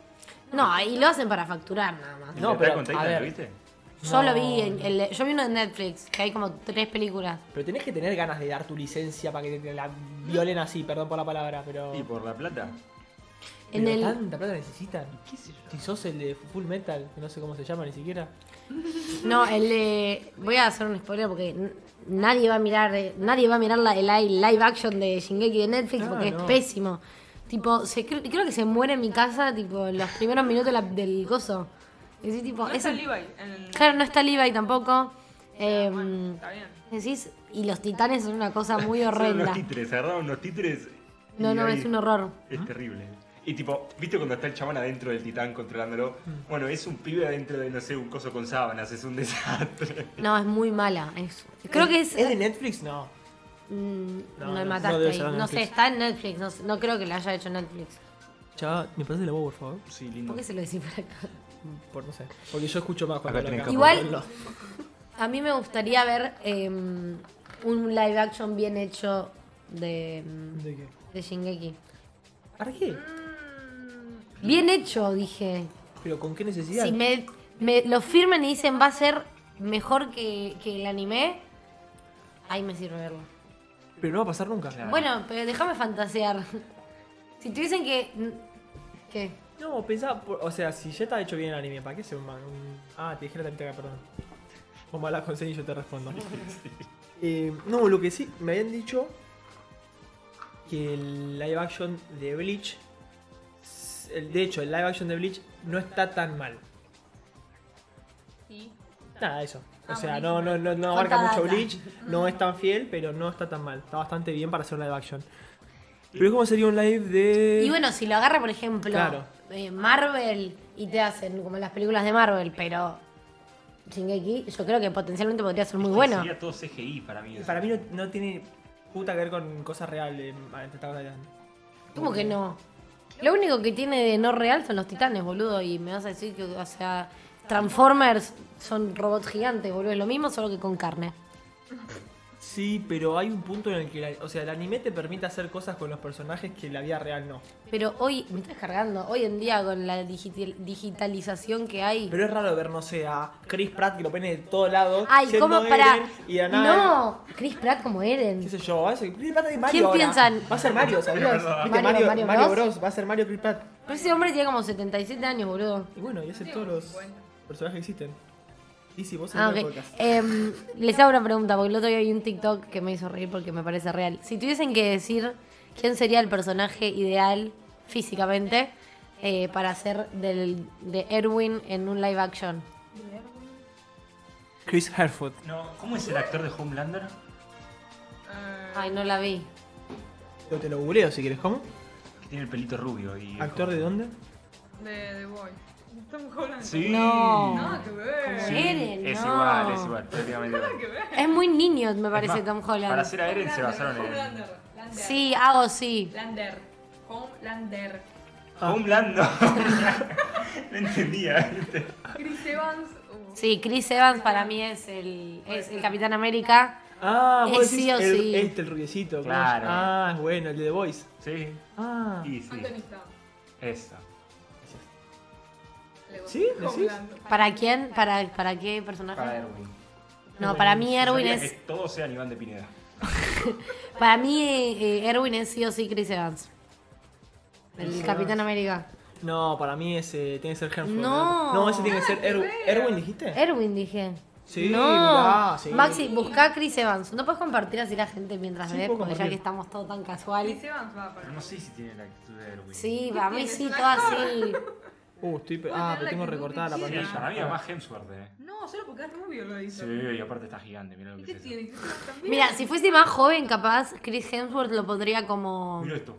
no, y lo hacen para facturar nada más.
el de
No,
Attack
pero,
on
a
Titan,
ver.
¿lo viste?
Yo lo vi,
No.
en el- yo vi uno en Netflix, que hay como tres películas.
Pero tenés que tener ganas de dar tu licencia para que te la violen así, perdón por la palabra, pero.
Y por la plata.
pero
En el-
¿Tanta plata necesitan? Si sos el de Full Metal, que no sé cómo se llama ni siquiera.
No, el de. Voy a hacer un spoiler porque n- nadie va a mirar. eh, nadie va a mirar la, el li- live action de Shingeki de Netflix
Ah,
porque
no.
es pésimo. Tipo, se, cre- creo que se muere en mi casa, tipo, en los primeros minutos de la- del gozo. Y decís, tipo,
No está
es-
Levi en el-
Claro, no está Levi tampoco. Eh,
Bueno, está bien.
decís, y los titanes son una cosa muy
Son unos
horrenda.
títeres, agarraron unos títeres. y
No, no,
ahí-
es un horror.
Es terrible. Y tipo, ¿viste cuando está el chabón adentro del titán controlándolo? Bueno, es un pibe adentro de, no sé, un coso con sábanas, es un desastre.
No, es muy mala. es- creo que es. eh,
¿Es de Netflix? No.
Mm,
No,
me
no, no
mataste
debe
ahí.
ser de
No sé,
Netflix.
está en Netflix. No, sé- no creo que la haya hecho Netflix.
Chava, ¿me pasas el agua, por favor?
Sí, lindo.
¿Por qué se lo decís por acá?
Por no sé. Porque yo escucho más cuando
Acá tenés
hablan.
Igual- A mí me gustaría ver eh, un live action bien hecho de,
¿De qué?
de Shingeki.
¿Para qué?
Bien hecho, dije.
¿Pero con qué necesidad?
Si me, me lo firman y dicen va a ser mejor que, que el anime, ahí me sirve verlo.
Pero no va a pasar nunca.
Bueno, pero déjame fantasear. Si te dicen que... ¿Qué?
No, pensaba, por- o sea, si ya está hecho bien el anime, ¿para qué se un, un- Ah, te dije la acá, perdón. Vos me la conseguí y yo te respondo. Eh, no, lo que sí, me habían dicho que el live action de Bleach, s- el, de hecho, el live action de Bleach no está tan mal.
Sí.
Nada, eso. O
Ah,
sea,
buenísimo.
no, no, no, no abarca
Contada
mucho
data.
Bleach, no es tan fiel, pero no está tan mal. Está bastante bien para hacer un live action. Pero es como sería un live de...
Y bueno, si lo agarra, por ejemplo,
Claro.
eh, Marvel y te hacen como las películas de Marvel, pero Shingeki, yo creo que potencialmente podría ser muy bueno.
Sería todo CGI para mí. eso.
Para mí no, no tiene puta que ver con cosas reales. eh, te estaba hablando.
¿Cómo que no? Lo único que tiene de no real son los titanes, boludo, y me vas a decir que, o sea, Transformers son robots gigantes, boludo, es lo mismo, solo que con carne.
Sí, pero hay un punto en el que, la- o sea, el anime te permite hacer cosas con los personajes que la vida real no.
Pero hoy, me estás cargando, hoy en día con la digital- digitalización que hay...
Pero es raro ver, no sé, a Chris Pratt que lo pone de todos lados.
Ay,
siendo
¿cómo para...?
Eren, Y a nada,
No, Chris Pratt como Eren.
¿Qué sé yo? va a ser- Chris Pratt es Mario.
¿Quién
ahora.
piensan?
Va a ser Mario, ¿sabías? ¿Viste?
Mario,
Mario, Mario,
Mario Bros.
Bros. Va a ser Mario Chris Pratt.
Pero ese hombre tiene como 77 años, boludo.
Y bueno, y hace todos los personajes que existen. Y si vos
Ah,
en el
ok.
podcast.
Em, les hago una pregunta, porque el otro día vi un TikTok que me hizo reír porque me parece real. Si tuviesen que decir quién sería el personaje ideal físicamente eh, para hacer del, de Erwin en un live action.
Chris Herford.
No, ¿cómo es el actor de Homelander?
Eh,
Ay, no la vi.
Yo te lo googleo si quieres, ¿cómo?
Que tiene el pelito rubio y...
¿Actor de dónde?
de The Boy. Tom Holland.
Sí.
No.
Nada que ver.
Sí,
Eren,
es
no.
igual, es igual, prácticamente igual.
Nada que ver.
Es muy niño, me
Es
parece,
más,
Tom
Para
Holland.
hacer a Eren se basaron en...
Homelander. Lander.
Sí, hago sí.
Lander. Homelander.
Ah.
Homelander. no entendía. ¿viste?
Chris Evans. uh,
Sí, Chris Evans para mí es el, es el Capitán América.
Ah, vos
Es Eh, sí
decís
o
el-
sí.
este, el rubiecito. ¿cómo es?
Claro.
Ah, es bueno, el de The Voice.
Sí,
Ah.
y sí,
Anthony Starr.
eso.
Le gusta.
¿Sí? ¿Decís?
Homelander.
¿Para quién? ¿Para, para qué personaje?
Para Erwin.
no, para mí Erwin
Sabía
es...
Que todo sea Iván de Pineda.
Para mí, eh, eh, Erwin es sí o sí Chris Evans. El
Chris Evans.
Capitán América.
No, para mí ese tiene que ser Herford.
No.
No, ese tiene que ser Erwin.
Ah,
¿Erwin dijiste?
Erwin, dije.
Sí,
no.
mirá, sí.
Maxi, buscá a Chris Evans. No puedes compartir así la gente mientras
Sí,
ves,
puedo
porque ya
compartir.
que estamos todos tan
Chris
casual.
Evans va
Pero
para.
no sé si tiene la actitud de Erwin.
Sí, para mí
tienes?
sí,
¿Un
todo así.
Uh, estoy. pe- Ah, pero tengo recortada la
Sí,
Bueno,
para
pantalla.
mí es más Hemsworth, eh.
No, solo porque es rubio lo
Sí,
hizo.
y aparte está gigante, mira lo
¿Y
que
qué
es eso.
tiene? Chris Evans también.
Mira, si fuese más joven, capaz, Chris Hemsworth lo podría como.
Mira esto.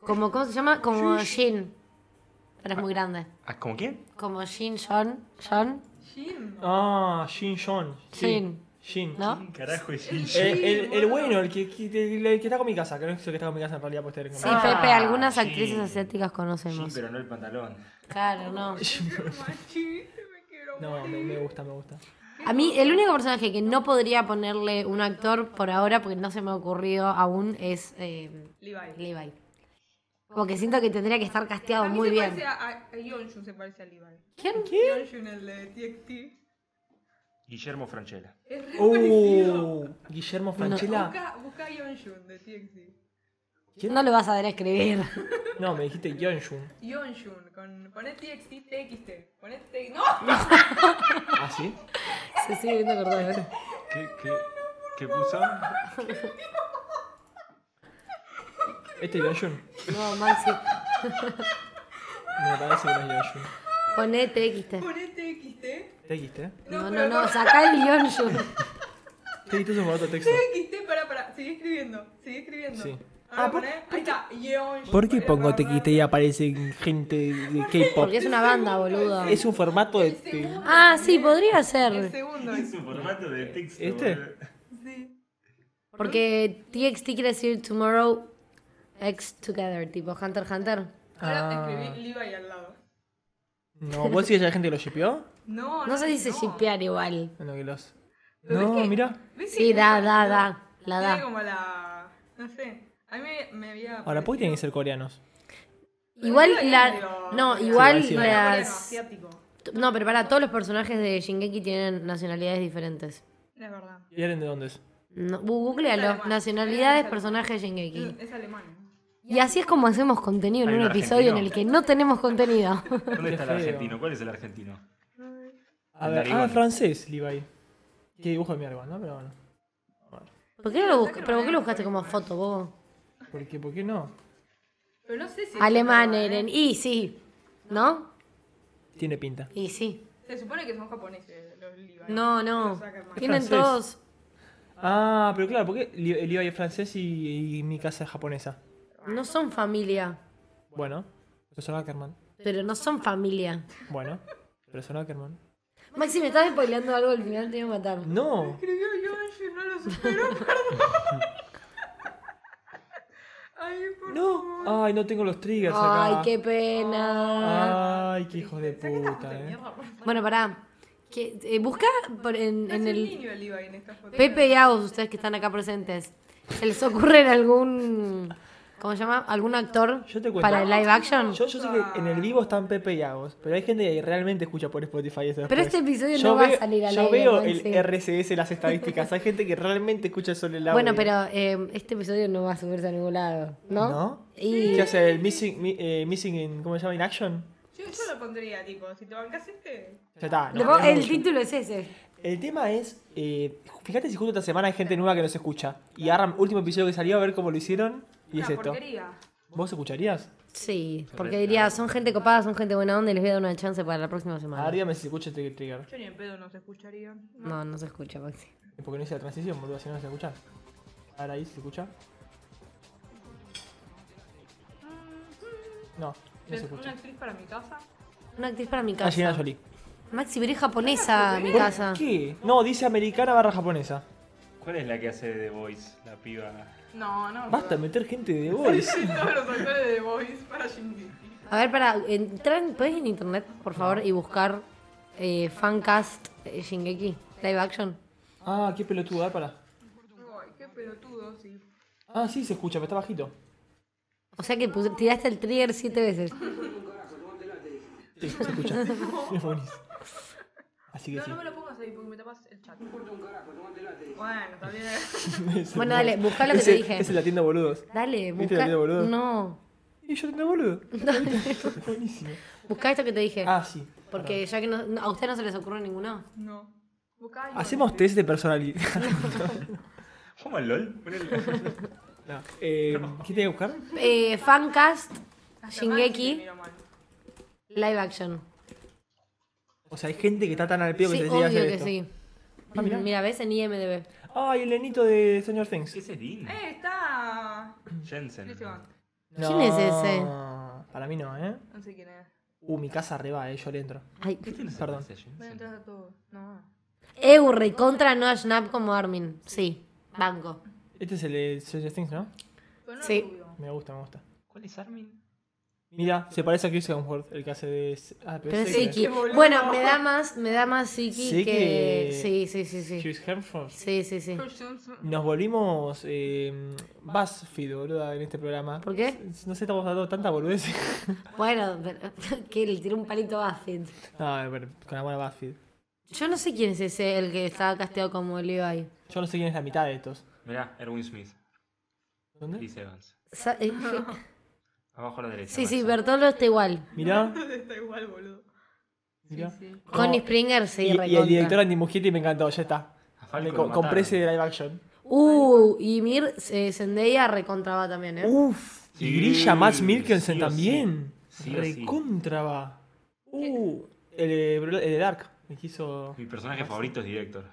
como ¿Cómo se llama? Como Jean. Pero es muy grande.
Ah, ¿Cómo quién?
Como Jean, John. John.
Jim.
Ah, Shin John. Sí.
Shin.
Jin.
¿no?
¿Quién carajo es
El-
Eh,
Jin?
el, el
boludo.
bueno, el que, que- el que está con mi casa, que no es el que está con mi casa en realidad, pues te
Sí,
Ah,
Pepe, algunas
sí.
actrices asiáticas
Jin,
conocemos.
pero no el pantalón.
Claro, no.
Machi, me quiero
No, me, me gusta, me gusta.
A mí, el único personaje que no podría ponerle un actor por ahora, porque no se me ha ocurrido aún, es eh,
Levi.
Levi. Como que siento que tendría que estar casteado
A mí
muy
se
bien.
parece a, a- a Yeonjun se parece a Levi.
¿Quién?
Yeonjun, el de TXT.
Guillermo Franchella.
Es re parecido.
Uh, Guillermo Franchella.
Busca, busca a Yeonjun de TXT.
No lo vas a ver escribir.
No, me dijiste Yeonjun.
Yeonjun, con, poné TXT, TXT. Poné TXT. ¡No!
¿Ah, sí?
Se sigue viendo cortado.
¿Qué, qué, qué puso?
¿Este es Yeonjun?
No, Maxi.
Me parece que no es Yeonjun.
Poné TXT.
Poné TXT.
¿Te dijiste?
No, no,
pero
no. Sacá el guión yo.
Te dijiste un otro texto.
TXT, para, para. Sigue escribiendo. Sigue escribiendo.
Sí.
Ah,
Ahora poné. Ahí está. Yeonjun.
¿Por qué
Para,
pongo
para, para.
TXT y aparecen gente de K-pop?
Porque es una banda, boludo.
Es un formato de.
El segundo
Ah, sí,
es-
podría
El
ser.
segundo
Es
es.
su formato de texto.
¿Este?
boludo.
Sí.
Porque TXT quiere decir Tomorrow X Together, tipo Hunter x Hunter.
Ahora
Ah.
escribí Levi al lado.
No, ¿vos decís que hay gente que lo shipeó?
No,
No sé si se
no.
shippear igual.
Bueno, que los.
Pero
No,
es que-
mira.
¿Ves
Sí,
que-
da, da, da. La
Tiene
da.
como la. No sé. A mí me- me había.
Ahora, ¿por qué tienen que ser coreanos?
Igual la. No, igual
Sí,
Bueno, coreano,
las.
asiático.
No, pero para todos los personajes de Shingeki tienen nacionalidades diferentes.
Es verdad.
¿Y Eren de dónde es?
No, bu- googlealo.
alemán.
Nacionalidades, personajes de Shingeki.
Es, es alemán.
Y así es como hacemos contenido en
Hay
un
un
episodio en
argentino.
el que no tenemos contenido.
¿Dónde está el
feo.
argentino? ¿Cuál es el argentino?
A
El
ver,
narigón.
ah, francés, Levi. Qué dibujo de mierda, ¿no? Pero bueno.
¿Por qué no lo, busca- pero por qué lo buscaste como foto, vos?
¿Por qué, por qué no?
Pero no sé si. es
Alemán,
alemán, ¿eh?
Eren. Y sí. ¿No?
Tiene pinta.
Y sí.
Se supone que son japoneses los Levi.
No, no.
Los sacan mal.
Tienen
Francés.
todos.
Ah, pero claro, porque Levi es francés y, y mi casa es japonesa.
No son familia.
Bueno, profesor Ackerman.
Pero no son familia.
Bueno, profesor Ackerman.
Maxi, me estás spoileando algo al final, te voy a matar.
No,
Escribió Yonji, no lo superó, perdón. Ay, por favor.
no. Ay, no tengo los triggers
Ay,
acá.
qué
Ah.
pena.
Ay, qué hijos de
Puta
puta, eh.
mierda, por favor.
Bueno, pará. Que- eh, busca por- en, en
Es el
el
niño el Levi en esta foto.
Pepe y Aus, ustedes que están acá presentes. ¿Se les ocurre algún. ¿Cómo se llama? ¿Algún actor
Yo te cuento.
para el live action?
Yo, yo sé que en el vivo están Pepe y Agos, pero hay gente que realmente escucha por Spotify eso.
Pero
después.
este episodio
Yo
no va a
veo-
salir al
Yo
aire,
veo
Maxi.
el RCS, las estadísticas. Hay gente que realmente escucha solo el audio.
Bueno, pero eh, este episodio no va a subirse a ningún lado, ¿no?
¿No?
Y
¿Qué hace el Missing, mi- eh, missing in, ¿cómo se llama? In Action?
Yo, yo lo pondría, tipo, si te bancas este.
Ya está.
lo-
no, no,
el
no.
título es ese.
El tema es, eh, fíjate si justo esta semana hay gente nueva que nos escucha. Y agarran último episodio que salió a ver cómo lo hicieron. Y
Una
es esto.
porquería.
¿Vos escucharías?
Sí, porque diría, son gente copada, son gente buena onda y les voy a dar una chance para la próxima
A ver,
semana.
dígame si se escucha este trigger.
Yo ni en pedo no se escucharía. No.
No, no se escucha, Maxi.
Es porque no hice la transición, boludo, si no no se escucha. Ahora ahí se escucha. No, no se
Yo- Una
escucha. Ah,
actriz para mi casa.
Una actriz para mi
Angelina
casa.
Jolie.
Maxi, pero es japonesa mi casa.
¿Qué? No, dice americana barra japonesa.
¿Cuál es la que hace de The Voice? La piba.
No, no.
Basta de meter gente de voice.
Sí, todos los actores de The Voice para Shingeki.
A ver, para, entrar, ¿puedes en internet, por favor, y buscar eh, fancast eh, Shingeki, live action?
Ah, qué pelotudo, a ver, para.
Ay, qué pelotudo, sí.
Ah, sí, se escucha, pero está bajito.
O sea que pus- tiraste el trigger siete veces.
Sí, se escucha. Es buenísimo. Así que
No,
sí.
no me lo pongas ahí porque me tapas el chat. No importa un carajo, Bueno, también.
Bueno, dale, busca lo que
Ese-
te dije.
Es la tienda boludos.
Dale,
¿Viste
busca.
la tía, boludo?
No,
Y yo tienda boludo. Buenísimo.
busca esto que te dije.
Ah, sí.
porque ya que no- no- a usted no se les ocurre ninguno.
No. Busca algo.
Hacemos test de personalidad.
¿Cómo al LOL? Ponele-
No, eh, ¿Qué tiene que buscar?
Eh, fancast
Hasta Maxi te
Shingeki,
miro mal.
live action.
O sea, hay gente que está tan al pedo que
Sí,
te diga
obvio
hacer
que
esto. Ah,
sí. Mira, ves en IMDB.
Ay, el nenito de Stranger Things.
Ese es Dean.
Eh, está.
Jensen.
Christian.
¿Quién es ese?
Para mí no, ¿eh?
No sé quién es.
Uh, mi casa arriba, eh, yo le entro.
Ay,
¿Este no se
Perdón.
parece a Jensen?
Voy a entrar a todo. No.
Eu recontra no a Snap como Armin. Sí, banco.
Este es el de Stranger Things, ¿no?
Pero no
Sí.
lo subió.
Me gusta, me gusta.
¿Cuál es Armin?
Mira, se parece a Chris Hemsworth, el que hace de... Ah,
Pero es
ese que-
Siki.
Qué boludo.
Bueno, me da más, me da más Siki
Sí
que...
que-
Sí, sí, sí, sí.
Chris Hemsworth.
Sí, sí, sí.
Pero yo- yo-
Nos volvimos eh, BuzzFeed, boluda, en este programa.
¿Por qué?
No sé, estamos dando tanta boludez.
Bueno, pero, que le tiró un palito a Buffett.
no, pero con amor a BuzzFeed.
Yo no sé quién es ese, el que estaba casteado como Levi.
Yo no sé quién es la mitad de estos.
Mirá, Erwin Smith.
¿Eh?
¿Dónde?
Chris Evans.
Sa- eh,
Abajo a la derecha.
Sí, sí,
Marzo.
Bertolo está igual.
Mirá,
Está igual, boludo.
mirá.
Sí.
Connie Springer,
Y,
sí,
y
recontra.
el director Andy Muschietti me encantó, ya está.
A Falco
Le
lo
co- compré
mataron.
ese live action.
Uh, y Mir eh, Zendaya recontraba
Uh.
también, ¿eh?
Uf,
Sí,
y brilla Max Mikkelsen
sí o
también.
sí. Sí o sí.
Recontra va. Uh, el, de Bro- el de Dark. Me quiso.
Mi personaje favorito es Director.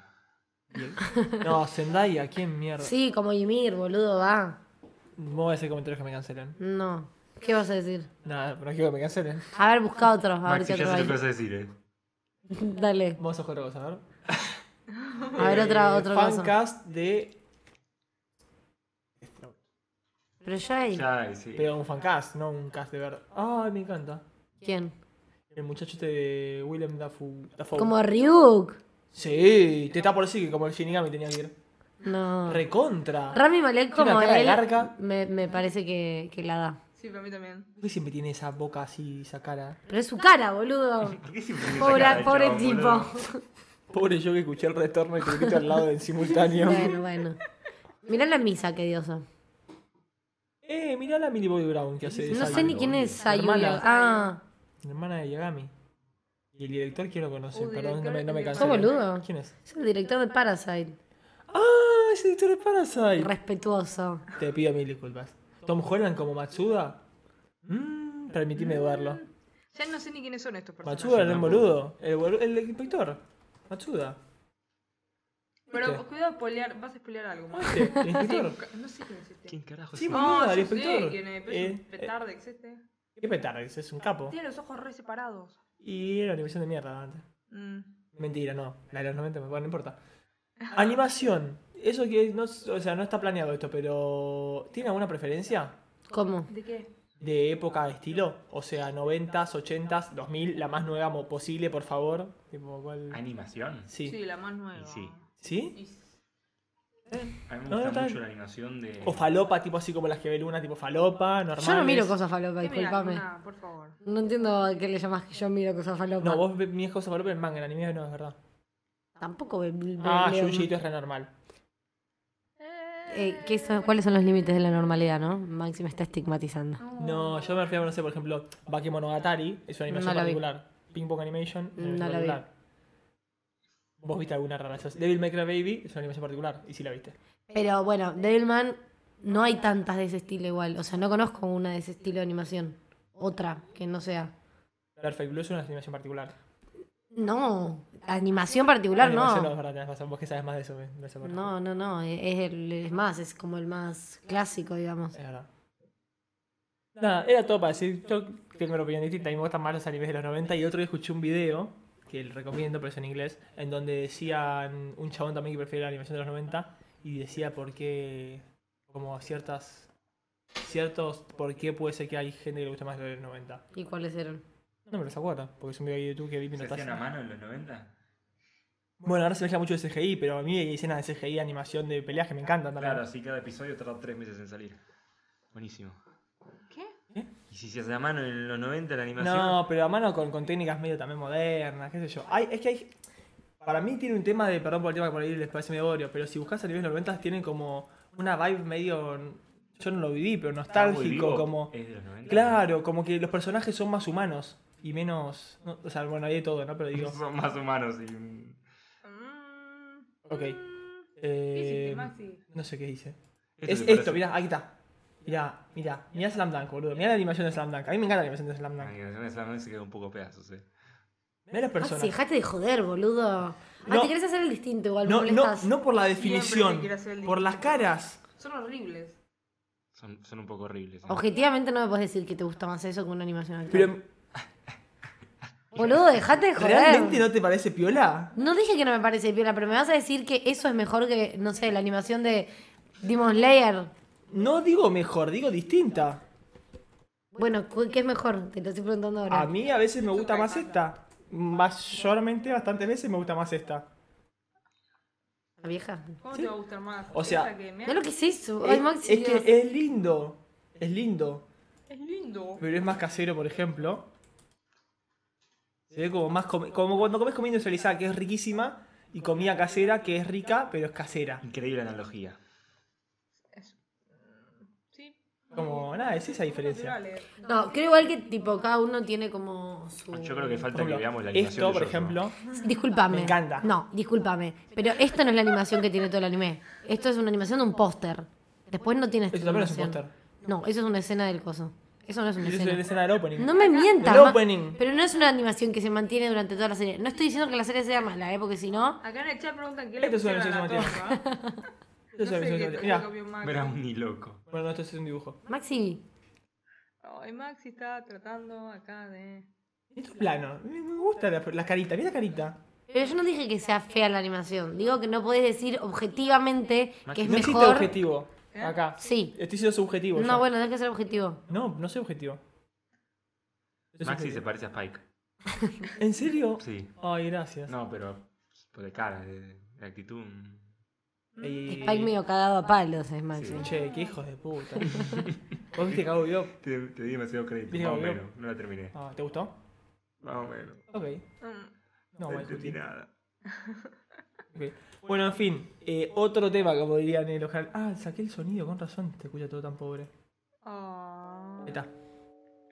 No, Zendaya, ¿quién mierda?
Sí, como Ymir, boludo, va.
No voy a hacer comentarios que me cancelen.
No. ¿Qué vas a decir?
Nada, pero no quiero que me cancelen.
A ver, busca otro, a ver
Maxi,
qué
ya sé lo
otro
que
hay.
vas a decir, eh.
Dale.
Vamos a jugar a ver.
A ver, otra,
Eh,
otro cosa.
Fancast de.
Pero ya hay.
Ya, ahí sí.
Pero un fancast, no un cast de verdad. Ay, me encanta.
¿Quién?
El muchacho este de Willem Dafoe. Dafoe.
Como Ryuk.
Sí, te está por decir que como el Shinigami tenía que ir.
No.
Recontra.
Rami Malek
Tiene una
como
cara de
él.
garca.
Me, me parece que, que la da.
Sí, para mí también.
¿Por qué siempre tiene esa boca así, esa cara?
Pero es su cara, boludo.
¿Por qué siempre tiene esa
Pobre,
cara de
pobre
chabón,
tipo.
boludo?
Pobre yo que escuché el retorno y te lo grito al lado en simultáneo.
Bueno, bueno. Mirá la misa que diosa.
eh, mirá la Millie Bobby Brown que hace de
No
Sayu.
sé ni quién es Sayuya.
Hermana.
Ah,
La hermana de Yagami. Y el director quiero conocer,
Uh,
perdón, no
director
me, no me
es
cansé.
sos boludo.
¿Quién es?
Es el director de Parasite.
Ah, es el director de Parasite.
Respetuoso.
Te pido mil disculpas. Tom Holland como Matsuda. Mmm, permitime dudarlo.
Ya no sé ni quiénes son estos personajes.
Matsuda era el boludo. El, bolu- el inspector. Matsuda.
Pero cuidado, polear, vas a spoilear algo. Maxi.
Este, el inspector.
Sí, no sé quién es este.
¿Quién carajo es?
Sí,
ese?
boluda,
Ah,
el
yo sé
inspector.
quién es, pero es un
Eh,
petardo que existe.
eh, qué petardo, es un capo.
Tiene los ojos re separados.
Y era una animación de mierda antes.
Mm.
Mentira, no. La de los 90, bueno, no importa. Animación. Eso que no, o sea, no está planeado esto, pero ¿tiene alguna preferencia
¿Cómo?
¿De qué?
de época de estilo? O sea, 90s, 80s, 2000, la más nueva mo- posible, por favor. Tipo, ¿cuál?
¿Animación?
Sí.
Sí, la más nueva.
Y sí.
¿Sí?
Y-
A mí me
No,
gusta
está
mucho
bien. Oh,
la animación de.
O falopa, tipo así como las que ve Luna, tipo falopa, normal.
Yo no miro cosas falopa,
¿Qué mirás,
disculpame.
Luna? por favor.
No entiendo a qué le llamás que yo miro cosas falopa.
No, vos ves cosas falopa en manga, en anime no, es verdad.
Tampoco ve- ve-
Ah,
leo-
Yujito es re normal.
Eh, ¿qué son- ¿Cuáles son los límites de la normalidad, no? Maxi me está estigmatizando.
No, yo me refiero a, no sé, por ejemplo, Bakemonogatari, es una animación
No la vi.
particular. Ping Pong Animation, una
No
animación
la vi.
particular. Vos viste alguna rara. esas. Devil May Cry Baby es una animación particular, y sí la viste.
Pero bueno, Devilman no hay tantas de ese estilo igual. O sea, no conozco una de ese estilo de animación. Otra que no sea.
Perfect Blue es una animación particular.
No, animación particular
Animación no
no.
es verdad, tenés razón, vos que sabes más de eso. de esa parte.
No, no, no. Es, el- es más, es como el más clásico, digamos.
Es verdad. Nada, era todo para decir, yo tengo una opinión distinta, a mí me gustan más los animes de los 90 y otro día escuché un video, que les recomiendo, pero es en inglés, en donde decía mm, un chabón también que prefiere la animación de los 90 y decía por qué, como ciertas, ciertos, por qué puede ser que hay gente que le gusta más lo de los 90.
¿Y cuáles eran? Ah,
No me los acuerdo, porque es un video de YouTube que vi
¿Se
mientras...
hacían a mano en los 90?
Bueno, ahora se mezcla mucho de CGI, pero a mí hay escenas de CGI, animación de peleas que me encantan también.
Claro, así cada episodio tarda tres meses en salir. Buenísimo.
¿Qué?
¿Y si se hace a mano en los 90 la animación?
¿Eh? No, pero a mano con, con técnicas medio también modernas, qué sé yo. Hay, es que hay. Para mí tiene un tema de. Perdón por el tema que por ahí les parece medio borio, pero si buscas a nivel 90 tienen como una vibe medio. Yo no lo viví, pero
Está muy
nostálgico,
vivo,
como.
Es de los 90.
Claro, como que los personajes son más humanos y menos. no, o sea, bueno, hay de todo, ¿no? Pero digo.
Son más humanos y. un-
Mm.
Ok.
¿Qué hiciste,
eh,
Maxi?
no sé qué dice.
Esto
Es
me parece-
esto, mirá, aquí está. Mirá, mirá, mirá Slam Dunk, boludo. Mirá la animación de Slam Dunk. A mí me encanta la animación de Slam
La
Dunk.
animación de Slam Dunk se quedó un poco pedazos, eh.
Mirá las
Ah, sí,
personas.
dejate de joder, boludo. Ah,
No.
te querés hacer el distinto igual,
No,
me
no,
molestás.
no por la
Siempre se
definición,
quiere hacer el
por las
distinto.
caras.
Son horribles.
Son, son un poco horribles. eh.
Objetivamente no me puedes decir que te gusta más eso que una animación actual.
Pero
Boludo, dejate de joder.
¿Realmente no te parece piola?
No dije que no me parece piola, pero me vas a decir que eso es mejor que, no sé, la animación de Demon Slayer.
No digo mejor, digo distinta.
Bueno, cu- ¿qué es mejor? Te lo estoy preguntando ahora.
A mí a veces me gusta más esta. Mayormente, bastantes veces me gusta más esta.
La vieja.
¿Cómo te va a gustar más?
O sea,
Esa que me-
Mira lo que es eso. Ay,
Es,
Maxi,
es
Dios.
que es lindo. Es lindo.
es lindo.
Pero es más casero, por ejemplo. Se ve como más come- como cuando comes comida industrializada, que es riquísima, y comida casera, que es rica, pero es casera.
Increíble analogía.
Sí.
Como, nada, es esa diferencia.
Naturales.
No, creo igual que tipo cada uno tiene como su...
Yo creo que
Por
falta que
ejemplo,
veamos la animación.
esto,
de
por
Jojo.
ejemplo,
Disculpame.
Me encanta.
No, discúlpame. Pero esto no es la animación que tiene todo el anime. Esto es una animación de un póster. Después no tiene
Eso también es un
animación. No, eso es una escena del coso. Eso no es una
es
escena.
la escena del opening.
No me mientas.
El
ma-
opening.
Pero no es una animación que se mantiene durante toda la serie. No estoy diciendo que la serie sea mala, ¿eh? porque si no.
Acá en el chat preguntan qué le
Esto es una
pusieron a la
versión
torta.
Eso es la
No sé
versión
qué
del-
fue
Mirá.
lo que vio Maxi.
Brownie loco.
Bueno, no, esto es un dibujo.
Maxi,
Ay, Maxi está tratando acá de...
Esto es plano. Me me gusta la, la carita, mira la carita.
pero yo no dije que sea fea la animación. Digo que no podés decir objetivamente que es
no existe
mejor.
objetivo. Acá.
Sí.
Estoy siendo subjetivo.
No,
yo.
bueno, tenés que ser objetivo.
No, no soy objetivo. Soy
Maxi se
subjetivo.
parece a Spike.
¿En serio?
Sí.
Ay, gracias.
No, pero por de cara, de, de actitud. mm.
Y-
Spike medio cagado a palos, es Maxi.
Sí.
Che, qué hijos de puta. ¿Vos viste que hago video?
Te, te di demasiado crédito.
Mira,
Más o
veo.
menos. No la terminé.
Ah, ¿Te gustó?
Más o menos.
Ok. No,
Mm,
No
voy a
entendí
discutir.
nada.
Ok. Bueno, en fin. eh, otro tema, como dirían en el ojal. Ah, saqué el sonido, con razón. Te escucha todo tan pobre.
ah.
Ahí está.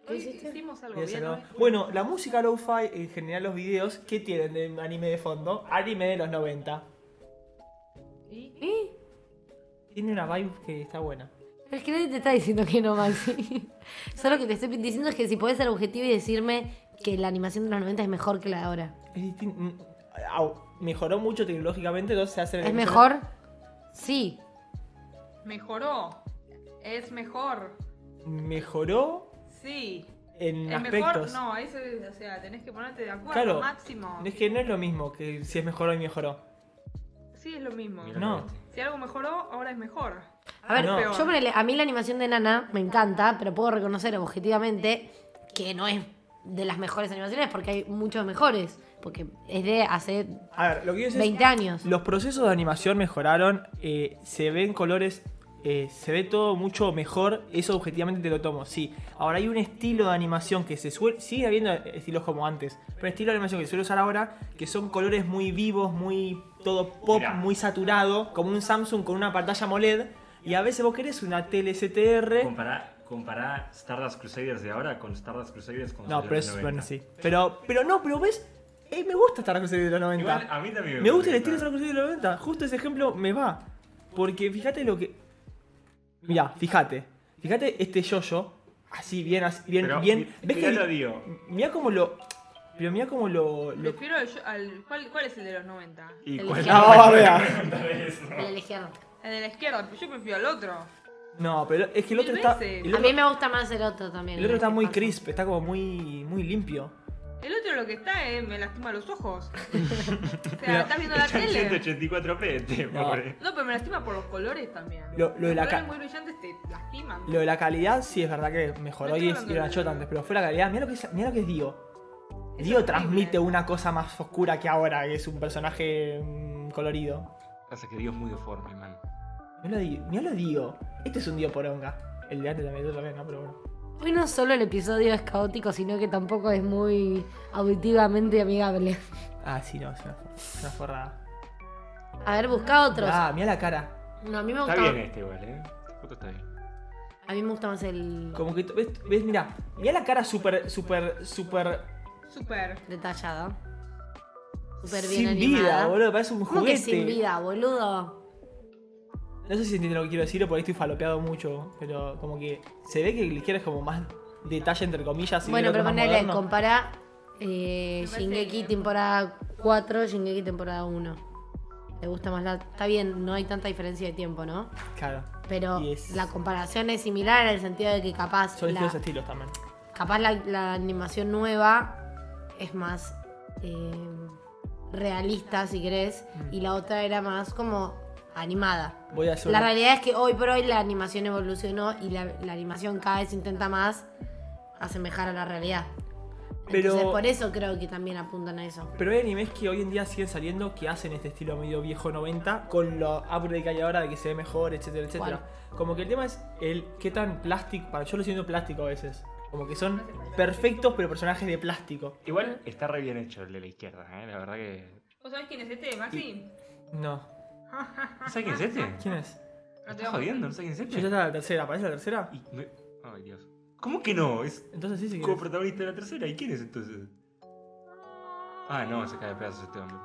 Hoy hicimos algo
Había
bien.
sacado-
hoy.
Bueno, la música lo-fi, en general los videos, ¿qué tienen de anime de fondo? Anime de los 90.
Y
¿Eh?
Tiene una vibe que está buena.
Pero es que nadie te está diciendo que no, Maxi. Solo que te estoy diciendo es que si podés ser objetivo y decirme que la animación de los 90 es mejor que la de ahora.
Es distin- mm, au, Mejoró mucho tecnológicamente, entonces se hace...
¿Es mejor? Sí.
mejoró. Es mejor.
Mejoró
Sí.
en
Es mejor.
aspectos.
No, eso es, o sea, tenés que ponerte de acuerdo.
Claro.
Máximo.
Es que no es lo mismo que si es mejoró y mejoró.
Sí, es lo mismo.
Mira
No.
este.
Si algo mejoró, ahora es mejor.
A ver,
Ah, No.
yo ponele- a mí la animación de Nana me encanta, pero puedo reconocer objetivamente que no es de las mejores animaciones porque hay muchos mejores. Porque es de hace
A ver, lo que yo sé es-
20 años.
Los procesos de animación mejoraron, eh, se ven colores, eh, se ve todo mucho mejor, eso objetivamente te lo tomo, sí. Ahora hay un estilo de animación que se suele, sigue habiendo estilos como antes, pero estilo de animación que se suele usar ahora, que son colores muy vivos, muy todo pop,
Mirá.
muy saturado, como un Samsung con una pantalla AMOLED, y a veces vos querés una tele CTR.
Compará, compará Stardust Crusaders de ahora con Stardust Crusaders con
No,
los
pero
de los
es,
90.
bueno, sí. Pero, pero no, pero ves, eh, me gusta estar Crusader de los 90.
Igual, a mí también
Me gusta el estilo de
Star
Star Crusade de los 90. Justo ese ejemplo me va. Porque fíjate lo que. Mirá, fíjate. Fíjate este yo-yo. Así, bien, así, bien,
Pero,
bien.
mi-
¿Ves
mirá
que.?
lo digo.
Mirá cómo lo. Pero mirá cómo lo. lo-
Prefiero al, al- ¿cuál, ¿Cuál es el de los 90?
¿Y
El
cuál
de-
No, va, vea.
La eligieron.
El de la izquierda, pero yo prefiero al otro.
No, pero es que el otro
Mil
está.
veces.
El
eh, A mí
otro,
me gusta más el otro también.
el otro está
este
muy
caso.
crisp, está como muy, muy limpio.
El otro lo que está es, me lastima los ojos. o
Pero-
sea, estás viendo la
Está en
tele.
184p, este,
No.
pobre.
No, pero me lastima por los colores también.
Lo- lo de la
los
ca-
colores muy brillantes te lastiman.
Lo de la calidad sí es verdad que mejoró
No
y
estoy
es,
hablando
y era
de-
chota antes, pero fue la calidad. Mirá lo que es, mirá lo que es Dio.
Es
Dio
horrible.
transmite una cosa más oscura que ahora, que es un personaje mm, colorido.
Pasa que Dios es muy deforme, man.
Mirá lo, di- mirá lo digo. Este es un día poronga. El de antes también, yo también, ¿no? Pero bueno.
Hoy no solo el episodio es caótico, sino que tampoco es muy auditivamente amigable.
Ah, sí, no, es una, es una forrada.
A ver, busca otros.
Ah, mirá la cara.
No, a mí me
Está
gusta.
bien este igual, eh. Esta foto está bien.
A mí me gusta más el
Como que, t- ¿ves? ¿Ves? Mirá. Mirá la cara súper, súper, súper...
Super.
detallado. Súper bien
Sin
animada.
vida, boludo. Parece un
¿Cómo
juguete.
que sin vida, boludo?
No sé si entienden lo que quiero decir o por ahí estoy falopeado mucho. Pero como que se ve que le quieres como más detalle, entre comillas. y
bueno,
el otro
pero
más
ponele,
moderno.
compará eh,
Me parece
Shingeki
bien.
temporada 4, Shingeki temporada 1. ¿Te gusta más la...? Está bien, no hay tanta diferencia de tiempo, ¿no?
Claro.
Pero
Y es-
la comparación es similar en el sentido de que capaz
Son
la-
distintos estilos también.
capaz la, la animación nueva es más eh, realista, si querés,
Mm.
y la otra era más como animada.
Voy a hacer
La
una-
realidad es que hoy por hoy la animación evolucionó y la, la animación cada vez intenta más asemejar a la realidad.
Pero-
Entonces, por eso creo que también apuntan a eso.
Pero hay animes que hoy en día siguen saliendo que hacen este estilo medio viejo 90 con lo upgrade que hay ahora de que se ve mejor, etcétera, etcétera. Como que el tema es el qué tan plástico. Para yo lo siento plástico a veces. Como que son perfectos, pero personajes de plástico.
Igual está re bien hecho el de la izquierda, ¿eh? La verdad que.
¿Vos sabés quién es este, Maxi?
No.
¿No sabes quién es este?
¿Quién es?
¿Me estás jodiendo? ¿No sabes quién es
Yo ya
este?
estaba la tercera, ¿aparece la tercera?
Y me- Ay, Dios. ¿Cómo que no? Es
Entonces sí, sí. quieres.
coprotagonista de la tercera. ¿Y quién es entonces? Ah, no, se cae de pedazos este hombre.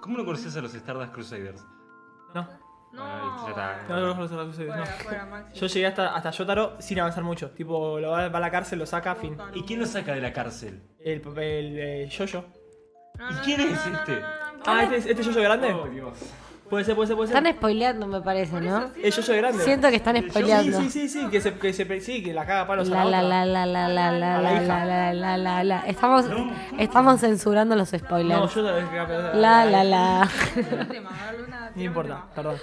¿Cómo no conoces a los Stardust Crusaders?
No.
Bueno,
No.
ya está.
No, no, no, no, no, no, no.
Fuera, fuera, Maxi.
Yo llegué hasta, hasta Yotaro sin avanzar mucho. Tipo, lo va, va a la cárcel, lo saca, fin.
¿Y quién lo saca de la cárcel?
El papel eh, Yoyo.
No,
¿Y
no,
quién
no,
es
no, no,
este?
no, no, no.
Ah, ¿este, es- este es Yoyo grande?
Oh, Dios.
Puede ser, puede ser, puede ser.
Están spoileando, me parece,
Por
¿no?
eso sí,
Es Yoyo grande.
Siento que están
Sí,
spoileando.
sí, sí, sí, que se, que se sí, que la caga a palos
La
a la,
la
otra.
la la la la la
la
la
hija.
la la la la estamos
No.
estamos censurando los
No,
spoilers.
yo la vez que caga a palos a
La la la.
Tira un tema, dale una-
No
tira un
importa,
tema.
perdón.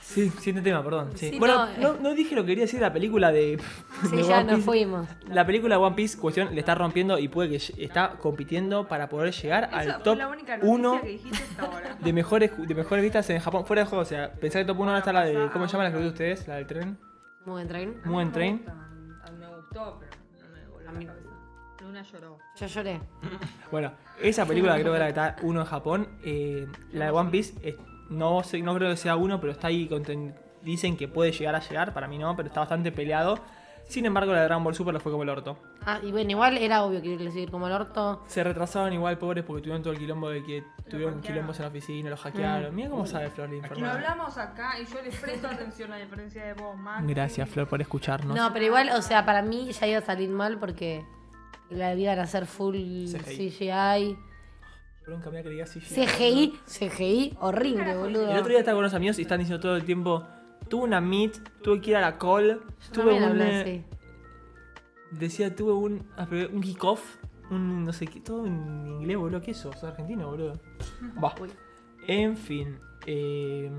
Sí, siguiente tema, perdón. sí.
Sí,
bueno,
no, eh.
no, no dije lo que quería decir de la película de.
Sí,
de
ya
One
nos
Piece.
fuimos.
La película de One Piece, cuestión, le está rompiendo y puede que ll- está compitiendo para poder llegar
Esa
al
fue
top
la única noticia
1
que dijiste hasta ahora.
de mejores, de mejores vistas en Japón. Fuera de juego, o sea, pensar que top 1 ahora está la de.
Pasa
¿Cómo se llama la que
ahora.
de ustedes? La del tren.
Muy buen tren.
Mugen Train.
A mí me gustó, pero no me voló
A mí-
la cabeza. Luna lloró.
Yo lloré.
Bueno, esa película creo que era la que está uno en Japón. eh, la de One Piece, eh, no, sé- no creo que sea uno, pero está ahí. conten- Dicen que puede llegar a llegar, para mí no, pero está bastante peleado. Sin embargo, la de Dragon Ball Super lo fue como el orto.
Ah, y bueno, igual era obvio que iba a seguir como el orto.
Se retrasaban igual, pobres, porque tuvieron todo el quilombo de que tuvieron
hackearon.
quilombos en la oficina, los hackearon. Mira cómo sabe Flor de
Lo
información.
hablamos acá y yo les presto atención a diferencia de vos, Max.
Gracias, Flor, por escucharnos.
No, pero igual, o sea, para mí ya iba a salir mal porque la iban a hacer full
CGI.
CGI.
Perdón, cambiá que diga así.
CGI, CGI, horrible, boludo.
El otro día estaba con unos amigos y están diciendo todo el tiempo: Tuve una meet, tuve que ir a la call,
Yo
tuve
también
un.
hablé
eh,
así.
Decía, tuve un, ah, un kick-off, un no sé qué, todo en inglés, boludo. ¿Qué sos? ¿Sos argentino, boludo? Va.
Uy.
En fin. eh,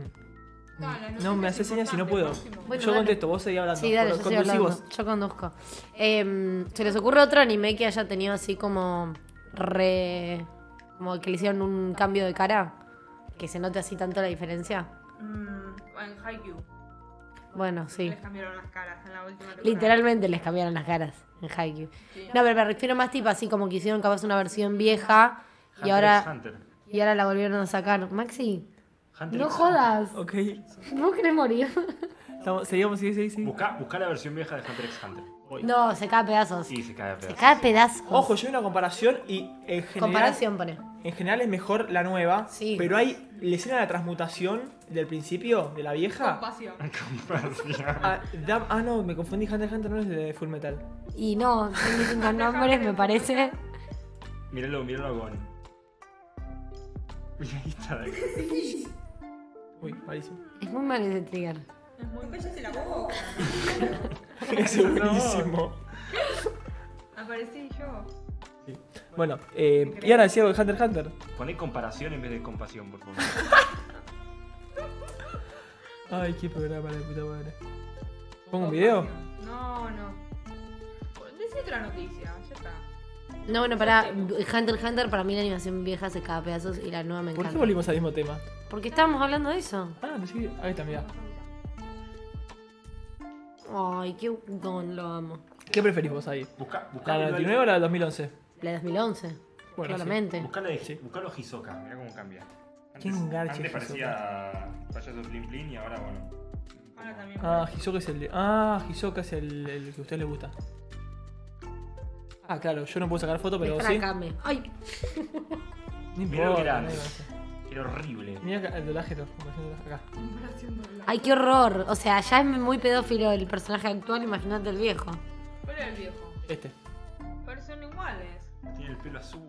Dale,
no me
sé
haces
si
señas si no
importante,
puedo.
próximo.
Bueno,
yo
dale.
contesto, vos seguís hablando.
Sí, dale,
Con-
yo sigo
conducí
hablando.
vos.
Yo conduzco. Eh, ¿Se les ocurre otro anime que haya tenido así como re... como que le hicieron un cambio de cara? Que se note así tanto la diferencia.
Mm, en Haikyuu.
Bueno, sí.
Les cambiaron las caras en la última temporada.
Literalmente les cambiaron las caras en Haikyuu.
Sí.
No, pero me refiero más tipo así como que hicieron capaz una versión vieja y
Hunter x
ahora,
Hunter.
y ahora la volvieron a sacar. Maxi,
Hunter
no
x
jodas.
Ok.
¿Vos querés morir?
Estamos, seguimos, sí, sí,
Hunter.
sí.
Busca, busca la versión vieja de Hunter x Hunter.
No, se cae a pedazos.
Sí, se cae de
Se
pedazos.
cae a pedazos.
Ojo, yo vi una comparación y en general.
Comparación, pone.
En general es mejor la nueva,
Sí.
pero hay la escena de la transmutación del principio, de la vieja.
Compasión.
Ah, da- ah, no, me confundí. Hunter x Hunter no es de Full Metal.
Y no, son distintos nombres, me parece.
Míralo, míralo con. Mira, ahí está.
Uy, malísimo.
Es muy mal ese trigger.
Es muy cállate la boca.
Ese es buenísimo.
Aparecí yo.
Bueno, eh, y ahora decía algo de Hunter x Hunter.
Poné comparación en vez de compasión, por favor.
Ay, qué programa de puta madre. ¿Pongo un video?
No, no. Decí otra noticia, ya está.
No, bueno, para Hunter x Hunter, para mí la animación vieja se cae a pedazos y la nueva me
¿Por qué
encanta.
volvimos al mismo tema?
Porque estábamos hablando de eso.
Ah, pensé que. Ahí está, mira.
Ay, qué don, lo amo.
¿Qué preferís vos ahí?
Busca,
¿La
busca
del 99 o la del 2011?
La de 2011,
Bueno, sí.
claramente.
Buscalo de
Sí.
buscalo a Hisoka, mirá cómo cambia. Antes,
Qué engarche
antes parecía payaso Flin Flin y ahora bueno.
Ahora también.
Ah, Hisoka es el de. Ah, Hisoka es el, el que a usted le gusta. Ah, claro, yo no puedo sacar foto, pero
Es
vos
para
sí.
Kame. Ay,
Ni
Mirá lo que era
no hay
antes.
gracia.
Era horrible.
Mirá acá, el doblaje, todo, comparación de doblaje, acá.
ay, qué horror. O sea, ya es muy pedófilo el personaje actual, imagínate el viejo.
¿Cuál era el viejo?
Este.
Pero son iguales.
Tiene el pelo azul.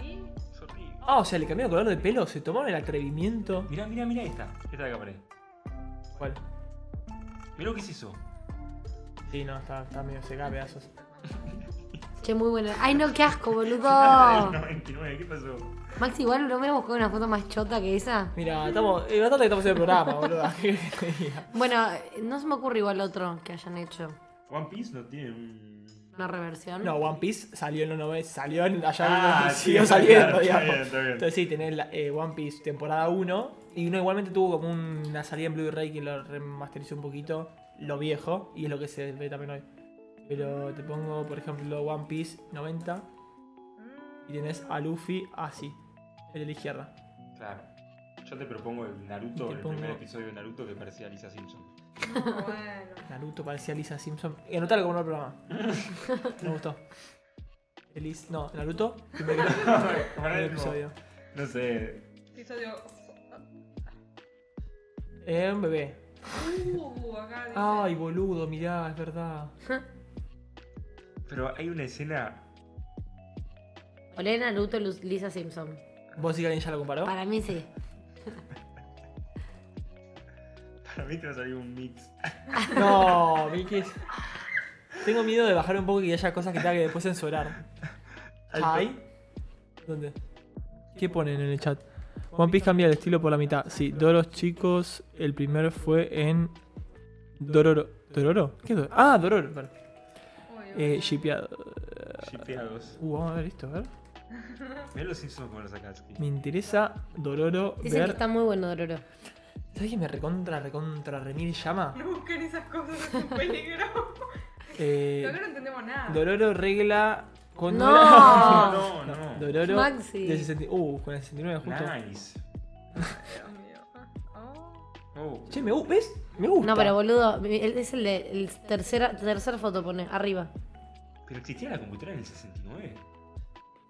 ¿Y?
Es horrible.
Ah, o sea, le cambió el color de pelo, se tomaron el atrevimiento.
Mirá, mirá, mirá esta. Esta de acá paré.
¿Cuál?
Mirá lo que es eso.
Sí, no, está, está medio secada a pedazos.
Che, muy buena. Ay, no, qué asco,
Nada
boludo.
del 99, ¿qué pasó?
Max, igual no me buscó una foto más chota que esa.
Mira, estamos, eh, bastante que estamos en el programa, boludo.
Bueno, eh, no se me ocurre igual otro que hayan hecho.
One Piece no tiene un.
Una reversión.
No, One Piece salió en los 90, salió en allá
Ah,
en-
sí,
siguió
está
saliendo,
bien, está
digamos.
bien, está bien.
Entonces sí, tenés la- eh, One Piece temporada 1 y uno igualmente tuvo como una salida en Blu-ray que lo remasterizó un poquito, lo viejo, y es lo que se ve también hoy. Pero te pongo, por ejemplo, One Piece 90 y tenés a Luffy así, el de la izquierda.
Claro. Yo te propongo el Naruto,
Te
el
pongo-
primer episodio de Naruto que parecía Lisa Simpson.
Bueno.
Naruto parecía Lisa Simpson. Y anotalo como no el programa. Me gustó. Elis, no, Naruto, primer, primer episodio.
No sé.
Episodio.
Eh, un bebé.
Uh, acá dice.
Ay, boludo, mirá, es verdad.
Pero hay una escena.
Olé Naruto, Luz- Lisa Simpson.
¿Vos sí que alguien ya lo comparó?
Para mí sí.
Para mí te va a salir un mix.
No, Vicky. Tengo miedo de bajar un poco y que haya cosas que tenga que después censurar. Ay. ¿Dónde? ¿Qué ponen en el chat? One Piece cambia el estilo por la mitad. Sí, Doros chicos, el primer fue en Dororo. ¿Dororo? ¿Qué es Dororo? Ah, Dororo, vale.
Uy, uy.
Eh, shipeado.
Shipeados.
Uh, vamos a ver esto, a ver.
Mirá los Simpsons con los Akatsuki.
Me interesa Dororo
Dicen que
ver.
está muy bueno Dororo.
¿Sabes que me recontra, recontra, remil llama?
No busquen esas cosas, es un peligro.
Eh,
Todavía no entendemos nada.
Dororo regla con
No.
No, no.
Dororo
Maxi.
de 60 Uh, con el 69 justo.
Nice.
Dios mío. Oh.
Oh.
Che, me gusta, ¿ves? Me gusta.
No, pero boludo, el- es el de el tercera, tercer foto pone, arriba.
Pero existía la computadora en el 69.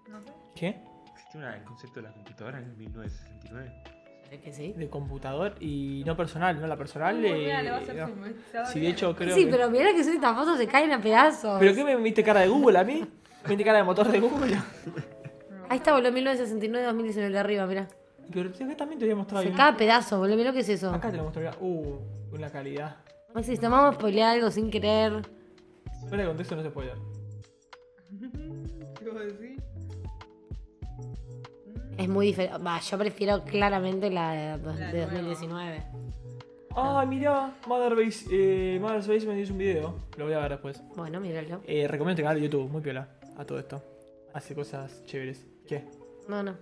No sé.
¿Qué?
Existía una- el concepto de la computadora en el 1969.
que sí?
De computador y no personal, no la personal.
Uy, mira,
eh,
le va a hacer
no.
su mechador.
Sí, de hecho creo
sí,
que-
pero mira que son estas fotos, se caen a pedazos.
¿Pero qué me viste cara de Google a mí? ¿Me viste cara de motor de Google?
Ahí está, boludo, 1969-2019 de arriba, mira.
Pero tío, acá también te voy a mostrar
Se
bien.
cae a pedazos, boludo, mira lo que es eso.
Acá te lo mostraría. Uh, una calidad.
Maxi, estamos spoilear algo sin querer.
Fuera de contexto no se puede ver.
¿Qué vos decís?
Es muy diferente. Va, yo prefiero claramente la de, de
La nueva.
2019.
Ah, mirá, Mother Base, eh, Mother Base me dio un video. Lo voy a ver después.
Bueno, míralo.
Eh, recomiendo este canal de YouTube, muy piola. A todo esto. Hace cosas chéveres. ¿Qué?
No, no.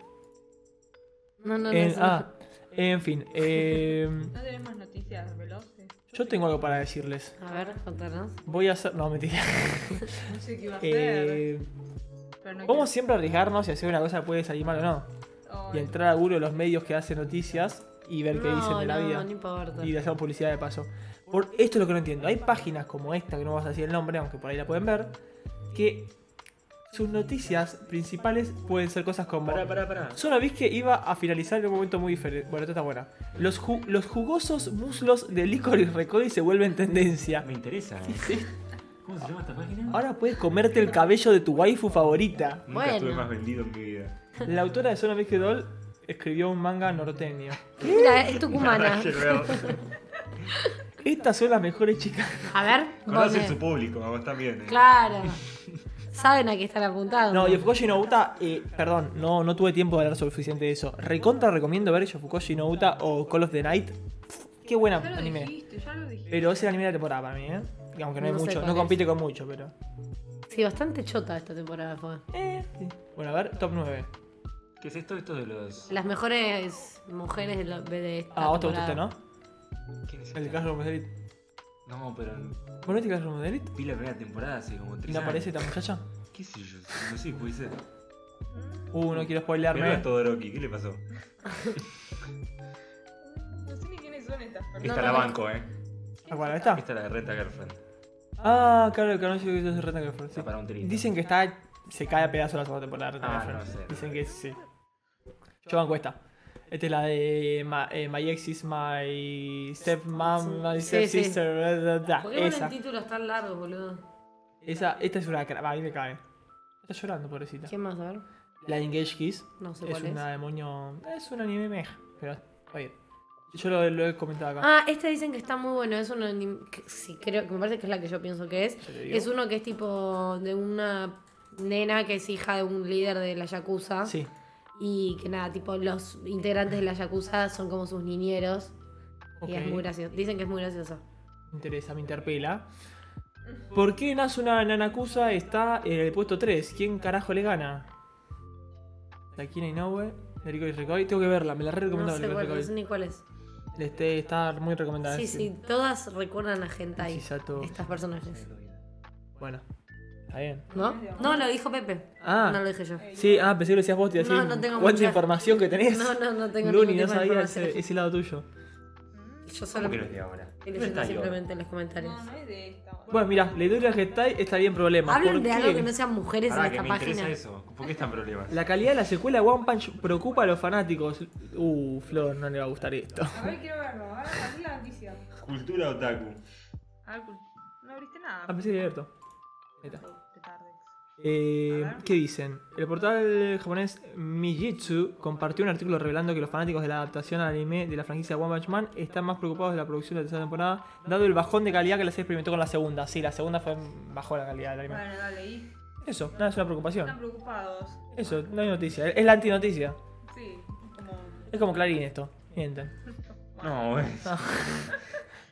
No, no, no.
En,
eso no.
ah, en fin. em,
No tenemos noticias veloces.
yo tengo algo para decirles.
A ver, contanos.
Voy a hacer. No, mentira.
No sé qué iba a hacer.
Eh,
pero no
vamos siempre a arriesgarnos y hacer una cosa que puede salir mal o no.
quiero-
Y
Ay,
entrar a alguno de los medios que hacen noticias y ver qué
no,
dicen de la
no,
vida.
no importa.
Y de hacer publicidad de paso. Por esto es lo que no entiendo. Hay páginas como esta, que no vas a decir el nombre, aunque por ahí la pueden ver, que sus noticias principales pueden ser cosas como.
Pará, pará, pará.
Solo vi que iba a finalizar en un momento muy diferente. Bueno, esto está buena. Los, ju- los jugosos muslos de licor y recodo se vuelven tendencia.
Me interesa. eh. ¿Cómo se llama esta página?
Ahora puedes comerte el cabello de tu waifu favorita.
Nunca
Bueno.
estuve más vendido en mi vida.
La autora de Solo vi que Doll escribió un manga norteño.
Mira, es tucumana.
Qué raro.
Estas son las mejores chicas.
A ver,
Conocen
vos,
su
eh.
público, vos también. eh.
Claro. Saben a qué están apuntados.
No, Yofukoshi Nouta, eh, perdón, no, no tuve tiempo de hablar suficiente de eso. Recontra recomiendo ver Yofukoshi Nouta o Call of the Night. Pff, Qué buena
Ya lo
anime.
dijiste, ya lo dijiste.
Pero es el anime de la temporada para mí, ¿eh? Aunque no hay
No sé
mucho,
cuál
no
es.
compite con mucho, pero.
Sí, bastante chota esta temporada fue.
Eh, sí. Bueno, a ver, top 9.
¿Qué es esto? Esto de los.
Las mejores mujeres de, lo- de esta
Ah, vos te gustaste,
temporada.
¿no?
¿Quién es
El de
este?
Clash Royale de Elite.
No, pero
¿Vos no viste Clash Royale de Elite?
vi la primera temporada hace como
¿Y
tres
no
años.
aparece esta muchacha?
¿Qué sé yo? No sé, puede ser.
Uh, no quiero
Mirá
spoilearme.
a Todoroki, ¿qué le pasó?
No sé ni quiénes son estas personas.
Esta la banco, eh.
¿A cuál? ¿A ¿Esta?
Esta la de Renta Girlfriend.
Ah, claro, que no sé qué es Renta Girlfriend. sí.
Está para un tirito.
Dicen que está. Se cae a pedazos la segunda temporada de Renta
Ah,
Girlfriend.
no sé.
Dicen que sí. Yo banco esta. Esta es la de ma- eh, My Ex is My Stepmom, My
Sí, sí.
Stepsister. da, da, da.
¿Por qué
Esa.
ponen títulos tan largos, boludo?
Esa. Esta es una. cra- Va, ahí me cae. Está llorando, pobrecita.
¿Quién más? A ver.
La de Engage Kiss.
No sé
es
cuál
una
es.
demonio. Es un anime meja. Pero está bien. Yo lo, lo he comentado acá.
Ah, este dicen que está muy bueno. Es uno. anim- que- Sí, creo que me parece que es la que yo pienso que es.
Ya te digo.
Es uno que es tipo de una nena que es hija de un líder de la Yakuza.
Sí.
Y que nada, tipo, los integrantes de la Yakuza son como sus niñeros. Y es
Ok.
muy gracioso. Dicen que es muy gracioso.
Me interesa, me interpela. ¿Por qué Nasuna Nanakusa está en el puesto 3? ¿Quién carajo le gana? Takina Inoue, Neriko y Recoy. Tengo que verla, me la re
No
recomendaba
sé, cuál, no sé
Recoy.
ni cuál es.
Este, está muy recomendada.
Sí,
es-
sí, todas recuerdan a Hentai.
Shisato.
Estas personajes.
Bueno, está bien.
¿No? No, lo dijo Pepe.
Ah,
No lo dije yo.
sí, ah, pensé que lo decías vos. Te iba a
No,
decir,
no tengo
¿Cuánta
mucha-
información que tenés?
No, no, no tengo
Luni, no
ningún tipo de
sabía
información.
ese, ese lado tuyo.
Yo solo
¿Cómo que no
estoy
es de ahora? ¿Dónde
leyendo
está Iowa?
simplemente en los comentarios.
No, no es de esta.
Bueno, mira, la historia de Hentai está bien problema.
Hablen
¿Por
de
qué?
algo que no sean mujeres
Pará,
en
que
esta
me
página.
interesa eso. ¿Por qué están problemas?
La calidad de la secuela de One Punch preocupa a los fanáticos. Uh, Flor, no le va a gustar esto.
A ver, quiero verlo. A ver, aquí la noticia.
Cultura otaku.
A ver, no abriste
Ah,
nada.
pensé que era abierto. Ahí está.
Petardex.
Eh,
A ver.
¿Qué dicen? El portal japonés Mijitsu compartió un artículo revelando que los fanáticos de la adaptación al anime de la franquicia One Punch Man están más preocupados de la producción de la tercera temporada, dado el bajón de calidad que les experimentó con la segunda. Sí, la segunda fue bajó la calidad del anime.
Bueno, dale, y
Ah. Eso, nada, es una
están
preocupación.
preocupados.
Eso, no hay noticia. Es la antinoticia.
Sí, como.
Es como Clarín esto. Mienten.
No, eh.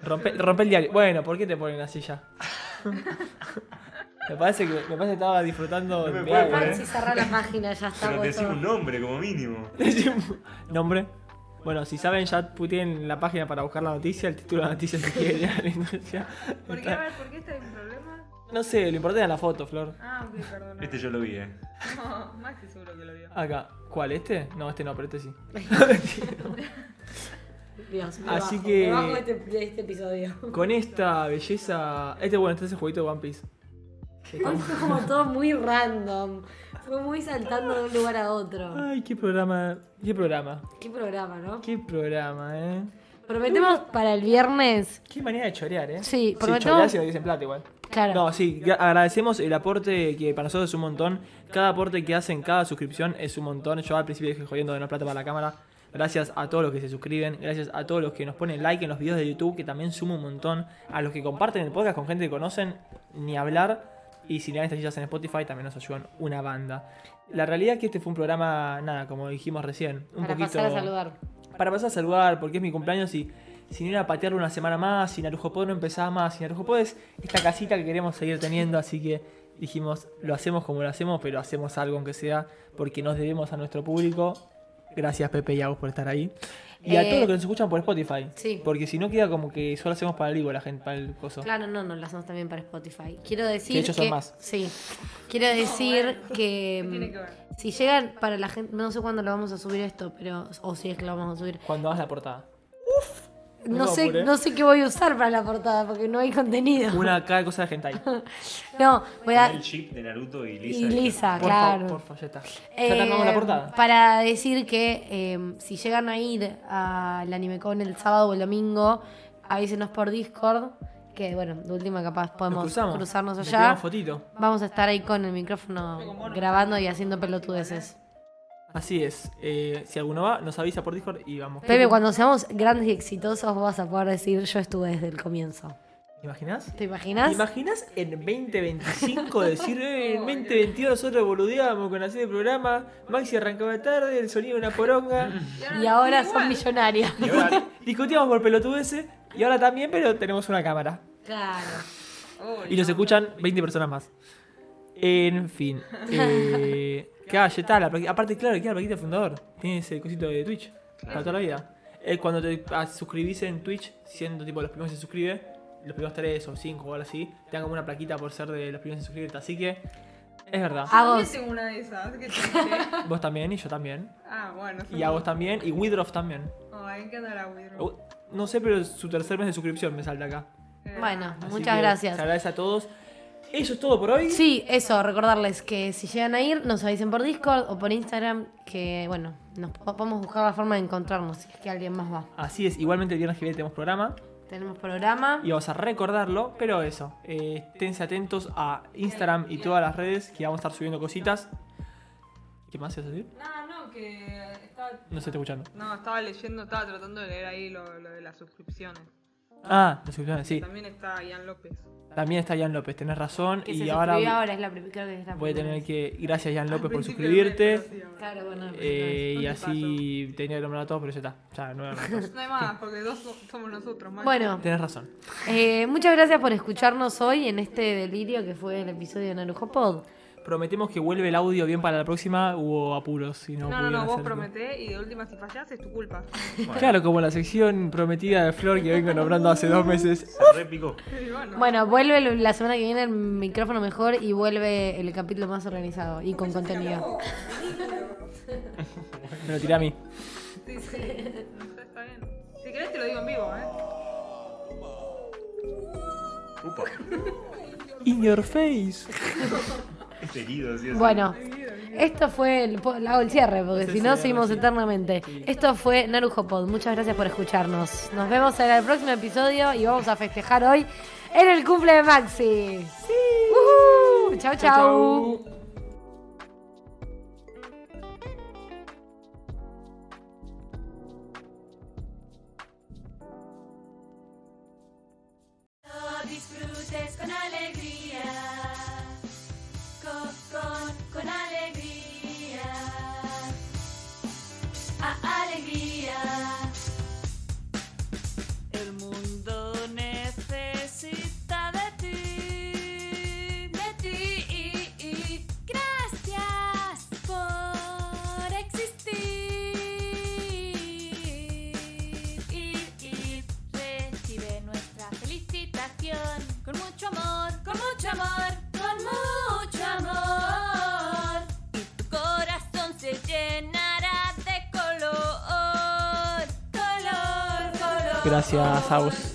Rompe, rompe el diario. Bueno, ¿por qué te ponen así ya? me, parece que, me parece que estaba disfrutando.
No me
de
puede
algo.
Aparte, si cerrar la página, ya está.
Pero
vos
te decimos
todo.
un nombre como mínimo.
Nombre. Bueno, si saben, ya puteen la página para buscar la noticia, el título de la noticia si quieren. ya, la noticia.
¿Por qué? A ver, ¿por qué está en problema?
No sé, lo importante es la foto, Flor.
Ah, ok, perdón.
Este yo lo vi, eh.
No, Maxi seguro que lo vio.
Acá. ¿Cuál? ¿Este? No, este no, pero este sí.
Dios, me
Así
bajo,
que-
me bajo de este, de este episodio.
Con esta belleza. Este, bueno, este es el jueguito de One Piece.
Hoy fue como todo muy random. Fue muy saltando de un lugar a otro.
Ay, qué programa. Qué programa.
Qué programa, ¿no?
Qué programa, eh.
Prometemos para el viernes.
Qué manera de chorear, eh.
Sí,
si
prometemos-
choreás y lo dicen plata igual.
Claro.
No, sí, gra- agradecemos el aporte que para nosotros es un montón. Cada aporte que hacen, cada suscripción es un montón. Yo al principio dije jodiendo de no hay plata para la cámara. Gracias a todos los que se suscriben, gracias a todos los que nos ponen like en los videos de YouTube, que también suma un montón. A los que comparten el podcast con gente que conocen, ni hablar. Y si le dan estrellitas en Spotify, también nos ayudan una banda. La realidad es que este fue un programa, nada, como dijimos recién, un
para
poquito
pasar a saludar.
para pasar a saludar, porque es mi cumpleaños y sin ir a patearlo una semana más, sin Arujopod no empezaba más, sin Arujopod es esta casita que queremos seguir teniendo, así que dijimos, lo hacemos como lo hacemos, pero hacemos algo aunque sea, porque nos debemos a nuestro público. Gracias Pepe y a vos por estar ahí. Y a
Eh,
todos los que nos escuchan por Spotify.
sí.
Porque si no queda como que solo hacemos para el vivo la gente, para el coso.
Claro, no, no, lo hacemos también para Spotify. Quiero decir.
Que ellos son más.
Sí. Quiero decir que. mm,
¿Qué tiene que ver?
Si llegan para la gente, no sé cuándo lo vamos a subir esto, pero. O si es que lo vamos a subir.
Cuando hagas la portada.
No,
No,
sé,
apuré.
no sé qué voy a usar para la portada, porque no hay contenido.
Una cada cosa de gente ahí. Por
No, voy
Con
a.
el chip de Naruto y Lisa.
Y Lisa,
favor,
claro.
Por favor, ya está. Ya
Eh,
terminamos la portada.
Para decir que eh, si llegan a ir al AnimeCon el sábado o el domingo, avísenos por Discord, que bueno, de última capaz
Nos
podemos
cruzamos.
cruzarnos
Le
allá.
pegamos fotito.
Vamos a estar ahí con el micrófono grabando y haciendo pelotudeces.
Así es. Eh, si alguno va, nos avisa por Discord y vamos.
Pepe, cuando seamos grandes y exitosos, vos vas a poder decir yo estuve desde el comienzo.
¿Te imaginas?
¿Te
¿Te
imaginas?
imaginas en 2025 decir, eh, en 2022 nosotros boludeábamos con hacer el programa, Maxi arrancaba tarde, el sonido de una poronga,
Y ahora
sí,
son
igual.
millonarios.
Y ahora,
discutíamos por pelotudeces y ahora también, pero tenemos una cámara.
Claro.
Uy,
Y los escuchan 20 personas más. En fin. Eh, claro, ya está. La plaquita- aparte, claro, queda la plaquita de fundador. Tiene ese cosito de Twitch. Para toda la vida. Es cuando te ah, suscribís en Twitch, siendo tipo los primeros que se suscriben, los primeros 3 o 5 o algo así, te dan como una plaquita por ser de los primeros en suscribirte. Así que, es verdad.
Ah.
Yo también tengo una de esas. qué triste.
Vos también, y yo también.
ah, bueno.
Y a vos también, y Widroff también.
Oh, hay que andar a Widrow.
Uh, No sé, pero su tercer mes de suscripción me salta acá.
Eh,
Bueno,
Así
muchas
que
gracias.
Se agradece a todos. Eso es todo por hoy.
Sí, eso, recordarles que si llegan a ir, nos avisen por Discord o por Instagram, que bueno, nos po- podemos buscar la forma de encontrarnos si es que alguien más va.
Así es, igualmente el viernes que viene tenemos programa.
Tenemos programa.
y vamos a recordarlo, pero eso, eh, esténse atentos a Instagram y todas las redes que vamos a estar subiendo cositas. ¿Qué más ibas a decir?
No, no, que estaba,
No se está escuchando.
no, estaba leyendo, estaba tratando de leer ahí lo, lo de las suscripciones.
Ah, los subtitulados, sí.
También está Ian López.
También está Jan López, tenés razón.
Que se
Y
suscribió
ahora
ahora es la, prim- creo que es la
voy a
primera
tener
vez.
que. Gracias, Jan López, por
Al principio era
suscribirte.
desconocido.
Claro, bueno, la primera vez.
Eh, y
¿Dónde
así tenía que nombrar a todos, pero ya está. Ya, no era más.
No hay más, porque dos so- somos nosotros. Más.
Bueno,
Tenés razón.
eh, muchas gracias por escucharnos hoy en este delirio que fue el episodio de Narujo Pod.
Prometemos que vuelve el audio bien para la próxima. Hubo apuros. Si no,
No, no, no,
pudieron
vos
hacerlo.
prometés y de última si fallás es tu culpa.
Bueno,
Claro, como la sección prometida de Flor que vengo nombrando hace dos meses.
Se repicó.
Y bueno,
Bueno, vuelve lo- la semana que viene el micrófono mejor y vuelve el capítulo más organizado y con contenido.
Me lo tiré a mí.
sí, sí. Está bien. Si querés te lo digo en vivo, ¿eh?
Upa,
In your face.
es herido, sí, o sea.
Bueno, esto fue el, po- hago el cierre porque si no seguimos eternamente. Esto fue Narujo Pod. Muchas gracias por escucharnos. Nos vemos en el próximo episodio y vamos a festejar hoy en el cumple de Maxi. Sí. Chao, chao.
Chau.
Lo disfrutes con alegría, con, con, con alegría, A- alegría. El mundo necesita de ti, de ti. Gracias por existir. Y recibe nuestra felicitación con mucho amor, con mucho amor, con mucho amor. Y tu corazón se llenará de color, color, color.
Gracias a vos.